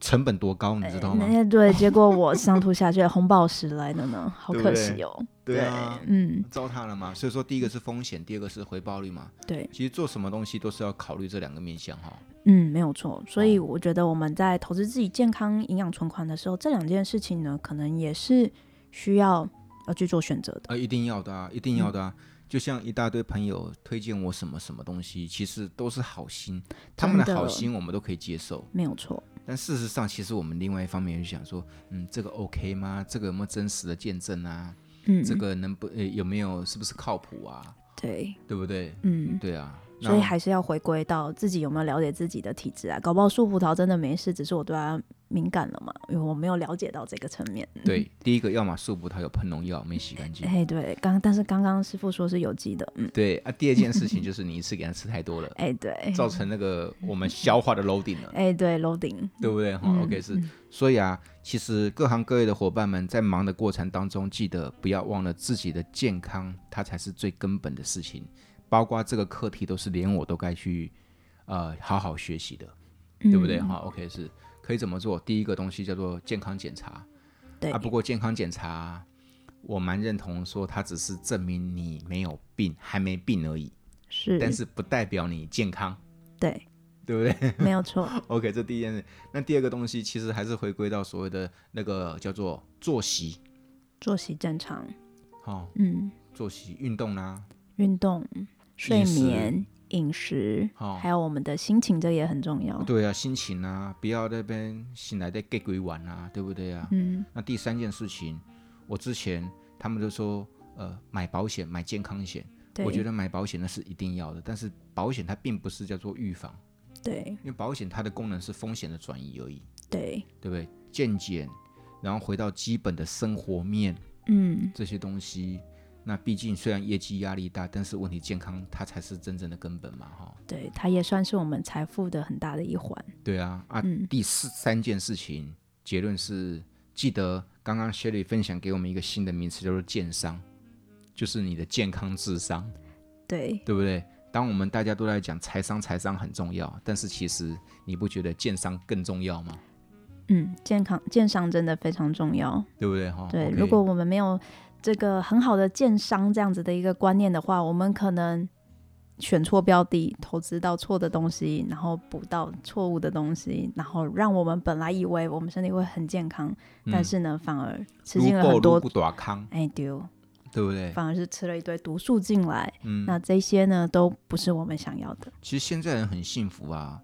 Speaker 1: 成本多高，你知道吗？
Speaker 2: 那对，结果我上吐下泻，红宝石来的呢，好
Speaker 1: 对不
Speaker 2: 可
Speaker 1: 对
Speaker 2: 惜哦。
Speaker 1: 对啊
Speaker 2: 嗯，
Speaker 1: 糟蹋了嘛。所以说，第一个是风险，第二个是回报率嘛。
Speaker 2: 对，
Speaker 1: 其实做什么东西都是要考虑这两个面向哈。
Speaker 2: 嗯，没有错。所以
Speaker 1: 哦
Speaker 2: 我觉得我们在投资自己健康营养存款的时候，这两件事情呢，可能也是需要要去做选择的。
Speaker 1: 啊，一定要的啊，一定要的啊。
Speaker 2: 嗯
Speaker 1: 就像一大堆朋友推荐我什么什么东西，其实都是好心，他们的
Speaker 2: 真的
Speaker 1: 好心我们都可以接受。
Speaker 2: 没有错，
Speaker 1: 但事实上，其实我们另外一方面就想说，嗯，这个 OK 吗？这个有没有真实的见证啊？
Speaker 2: 嗯，
Speaker 1: 这个能不呃有没有是不是靠谱啊？
Speaker 2: 对，
Speaker 1: 对不对？
Speaker 2: 嗯，
Speaker 1: 对啊，
Speaker 2: 所以
Speaker 1: 那
Speaker 2: 还是要回归到自己有没有了解自己的体质啊。搞不好树葡萄真的没事，只是我对它敏感了嘛，因为我没有了解到这个层面。
Speaker 1: 对第一个，要么树葡萄有喷农药没洗干净，
Speaker 2: 哎，对，刚但是刚刚师傅说是有机的，嗯，，
Speaker 1: 对啊。第二件事情就是你一次给它吃太多了
Speaker 2: 哎，对，
Speaker 1: 造成那个我们消化的 loading 了，
Speaker 2: 哎，对，loading，
Speaker 1: 对不对？哈、
Speaker 2: 嗯
Speaker 1: o k 是。所以啊，其实各行各业的伙伴们在忙的过程当中，记得不要忘了自己的健康，它才是最根本的事情。包括这个课题，都是连我都该去呃好好学习的。对不对？
Speaker 2: 嗯
Speaker 1: 哈、o k 是可以怎么做？第一个东西叫做健康检查
Speaker 2: 对
Speaker 1: 啊，，不过健康检查我蛮认同说它只是证明你没有病，还没病而已，
Speaker 2: 是，
Speaker 1: 但是不代表你健康。
Speaker 2: 对，
Speaker 1: 对不对
Speaker 2: 没有 错，
Speaker 1: ？OK，这第一件事。那第二个东西其实还是回归到所谓的那个叫做作息，
Speaker 2: 作息正常，
Speaker 1: 哦，
Speaker 2: 嗯，
Speaker 1: 作息、运动啊啦、
Speaker 2: 运动、睡
Speaker 1: 饮食
Speaker 2: 眠、饮食，
Speaker 1: 哦
Speaker 2: 还有我们的心情，这也很重要。
Speaker 1: 对啊，心情啊，不要在那边醒来再给鬼玩啊，对不对啊？
Speaker 2: 嗯，
Speaker 1: 那第三件事情，我之前他们都说，呃，买保险、买健康险，
Speaker 2: 对，
Speaker 1: 我觉得买保险那是一定要的，但是保险它并不是叫做预防，
Speaker 2: 对
Speaker 1: 因为保险它的功能是风险的转移而已，
Speaker 2: 对，
Speaker 1: 对不对？健检，然后回到基本的生活面
Speaker 2: 嗯，
Speaker 1: 这些东西。那毕竟虽然业绩压力大，但是问题健康它才是真正的根本嘛，哈。
Speaker 2: 对，它也算是我们财富的很大的一环。
Speaker 1: 对啊，啊，
Speaker 2: 嗯
Speaker 1: 第四三件事情结论是，记得刚刚 Sherry 分享给我们一个新的名词，叫做健商，就是你的健康智商，
Speaker 2: 对，
Speaker 1: 对不对？当我们大家都在讲财商，财商很重要，但是其实你不觉得健商更重要吗？
Speaker 2: 嗯，健康健商真的非常重要。
Speaker 1: 对不对？哈，
Speaker 2: 对
Speaker 1: 哦 OK
Speaker 2: 如果我们没有这个很好的建商这样子的一个观念的话，我们可能选错标的，投资到错的东西，然后补到错误的东西，然后让我们本来以为我们身体会很健康，但是呢，反而吃进了
Speaker 1: 嗯如果
Speaker 2: 很多
Speaker 1: 如，果打康，
Speaker 2: 哎丢，
Speaker 1: 对不对？
Speaker 2: 反而是吃了一堆毒素进来。
Speaker 1: 嗯，
Speaker 2: 那这些呢，都不是我们想要的。
Speaker 1: 其实现在人很幸福啊。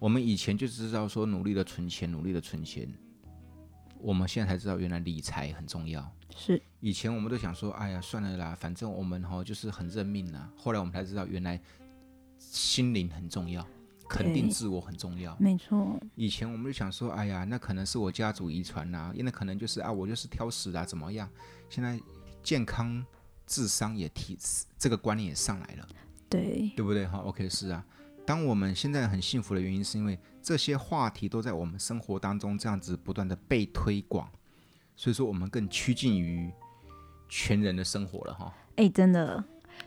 Speaker 1: 我们以前就知道说努力的存钱，努力的存钱，我们现在才知道原来理财很重要。
Speaker 2: 是，
Speaker 1: 以前我们都想说，哎呀，算了啦，反正我们哈、就是很认命啦。后来我们才知道，原来心灵很重要，肯定自我很重要。
Speaker 2: 没错，
Speaker 1: 以前我们就想说，哎呀，那可能是我家族遗传啦，那可能就是啊，我就是挑食啦，怎么样？现在健康智商也提这个观念也上来了，
Speaker 2: 对，
Speaker 1: 对不对？哈，OK，是啊。当我们现在很幸福的原因，是因为这些话题都在我们生活当中这样子不断的被推广，所以说我们更趋近于全人的生活了哈。
Speaker 2: 哎、真的。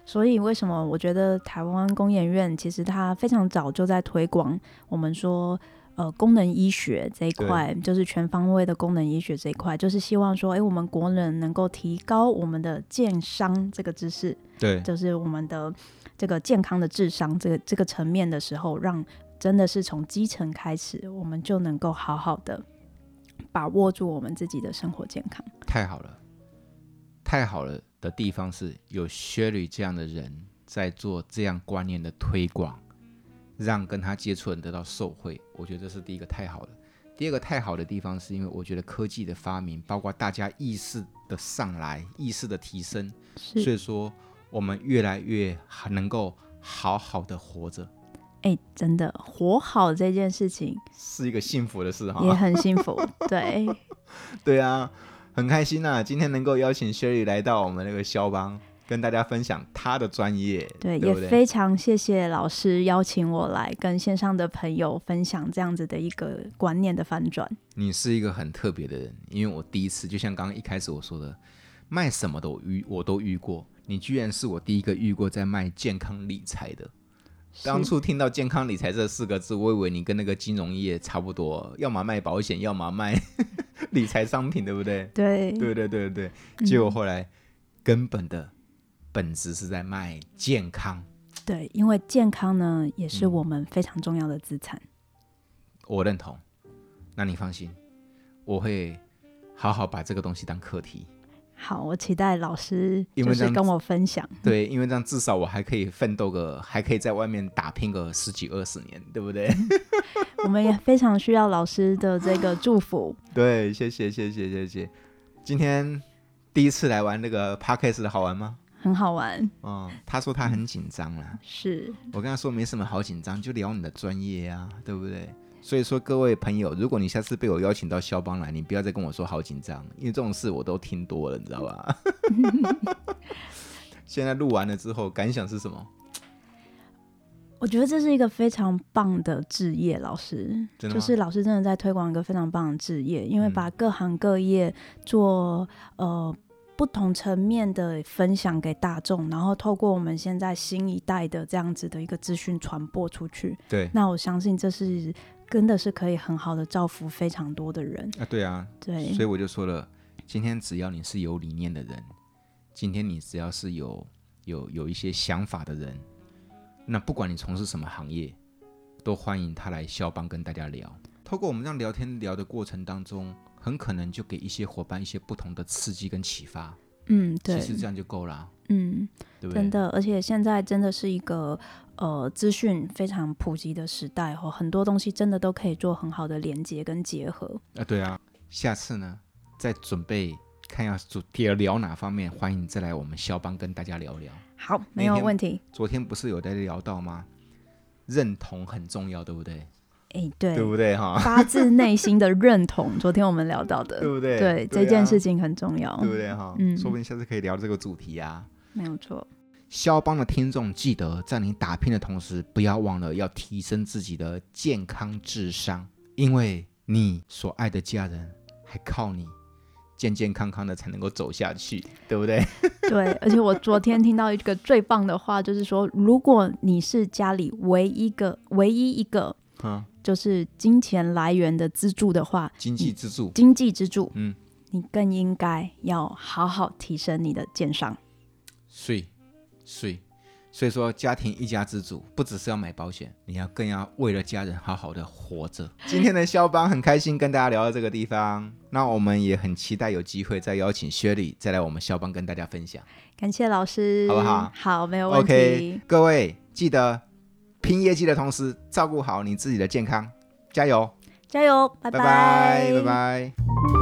Speaker 2: 所以为什么我觉得台湾工研院其实它非常早就在推广我们说呃功能医学这一块，就是全方位的功能医学这一块，就是希望说，哎、我们国人能够提高我们的健商这个知识，
Speaker 1: 对
Speaker 2: 就是我们的这个健康的智商这个这个层面的时候，让真的是从基层开始，我们就能够好好的把握住我们自己的生活健康。
Speaker 1: 太好了，太好了的地方是有 Sherry 这样的人在做这样观念的推广，让跟他接触的人得到受惠，我觉得这是第一个太好了。第二个太好的地方是因为我觉得科技的发明，包括大家意识的上来、意识的提升，所
Speaker 2: 是，
Speaker 1: 以说我们越来越能够好好的活着，
Speaker 2: 哎、真的活好这件事情。
Speaker 1: 是一个幸福的事
Speaker 2: 也
Speaker 1: 哈。
Speaker 2: 很幸 福。对，
Speaker 1: 对啊，很开心呐、今天能够邀请 Sherry 来到我们那个肖邦，跟大家分享他的专业，
Speaker 2: 对，
Speaker 1: 对
Speaker 2: 也
Speaker 1: 不对？
Speaker 2: 非常谢谢老师邀请我来跟线上的朋友分享这样子的一个观念的翻转。
Speaker 1: 你是一个很特别的人，因为我第一次，就像刚刚一开始我说的，卖什么的我遇我都遇过，你居然是我第一个遇过在卖健康理财的。当
Speaker 2: 是
Speaker 1: 初听到“健康理财”这四个字，我以为你跟那个金融业差不多，要么卖保险，要么卖 理财商品，对不对？
Speaker 2: 对
Speaker 1: 对对对对，
Speaker 2: 嗯
Speaker 1: 结果后来根本的本质是在卖健康。
Speaker 2: 对，因为健康呢也
Speaker 1: 嗯
Speaker 2: 是我们非常重要的资产。
Speaker 1: 我认同。那你放心，我会好好把这个东西当课 题。
Speaker 2: 好，我期待老师
Speaker 1: 因
Speaker 2: 就
Speaker 1: 为这
Speaker 2: 是
Speaker 1: 样
Speaker 2: 跟我分享。
Speaker 1: 对，因为这样至少我还可以奋斗个，还可以在外面打拼个十几二十年，对不对？
Speaker 2: 我们也非常需要老师的这个祝福。
Speaker 1: 对，谢谢谢谢谢谢。今天第一次来玩那个 podcast 的好玩吗？
Speaker 2: 很好玩，
Speaker 1: 嗯，他说他很紧张啦，
Speaker 2: 是
Speaker 1: 我跟他说没什么好紧张，就聊你的专业啊，对不对？所以说各位朋友，如果你下次被我邀请到肖邦来，你不要再跟我说好紧张，因为这种事我都听多了，你知道吧？ 现在录完了之后，感想是什么？
Speaker 2: 我觉得这是一个非常棒的置业，老师，
Speaker 1: 真的吗嗯
Speaker 2: 就是老师真的在推广一个非常棒的置业，因为把各行各业做、呃不同层面的分享给大众，然后透过我们现在新一代的这样子的一个资讯传播出去，
Speaker 1: 对
Speaker 2: 那我相信这是真的是可以很好的造福非常多的人，
Speaker 1: 啊，对啊，
Speaker 2: 对
Speaker 1: 所以，我就说了，今天只要你是有理念的人，今天你只要是有有有一些想法的人，那不管你从事什么行业，都欢迎他来肖邦跟大家聊。透过我们这样聊天聊的过程当中，很可能就给一些伙伴一些不同的刺激跟启发。
Speaker 2: 嗯，对
Speaker 1: 其，实这样就够了，
Speaker 2: 嗯，
Speaker 1: 对不对？
Speaker 2: 真的，而且现在真的是一个呃资讯非常普及的时代哦，很多东西真的都可以做很好的连接跟结合。
Speaker 1: 啊，对啊，下次呢再准备看要主题聊哪方面，欢迎再来我们肖邦跟大家聊聊。
Speaker 2: 好，
Speaker 1: 那
Speaker 2: 没有
Speaker 1: 天
Speaker 2: 问题。
Speaker 1: 昨天不是有在聊到吗？认同很重要，对不对？
Speaker 2: 哎，
Speaker 1: 对不对哈？
Speaker 2: 发自内心的认同，昨天我们聊到的，
Speaker 1: 对不对？
Speaker 2: 对这
Speaker 1: 啊
Speaker 2: 件事，情很重要，
Speaker 1: 对不对哈？
Speaker 2: 嗯
Speaker 1: 说不定下次可以聊这个主题啊。
Speaker 2: 没有错。
Speaker 1: 肖邦的听众记得，在你打拼的同时，不要忘了要提升自己的健康智商，因为你所爱的家人还靠你健健康康的才能够走下去，对不对？
Speaker 2: 对，而且我昨天听到一个最棒的话，就是说，如果你是家里唯一一个唯一一个
Speaker 1: 嗯，
Speaker 2: 就是金钱来源的支柱的话，
Speaker 1: 经济支柱，
Speaker 2: 经济支柱，
Speaker 1: 嗯，
Speaker 2: 你更应该要好好提升你的鉴赏。
Speaker 1: 税税，所以说家庭一家之主，不只是要买保险，你要更要为了家人好好的活着。今天的肖邦很开心跟大家聊到这个地方， 那我们也很期待有机会再邀请薛礼再来我们肖邦跟大家分享。
Speaker 2: 感谢老师，
Speaker 1: 好不好
Speaker 2: 好，没有问题。
Speaker 1: OK，各位记得拼业绩的同时，照顾好你自己的健康，加油！
Speaker 2: 加油，拜
Speaker 1: 拜拜。拜拜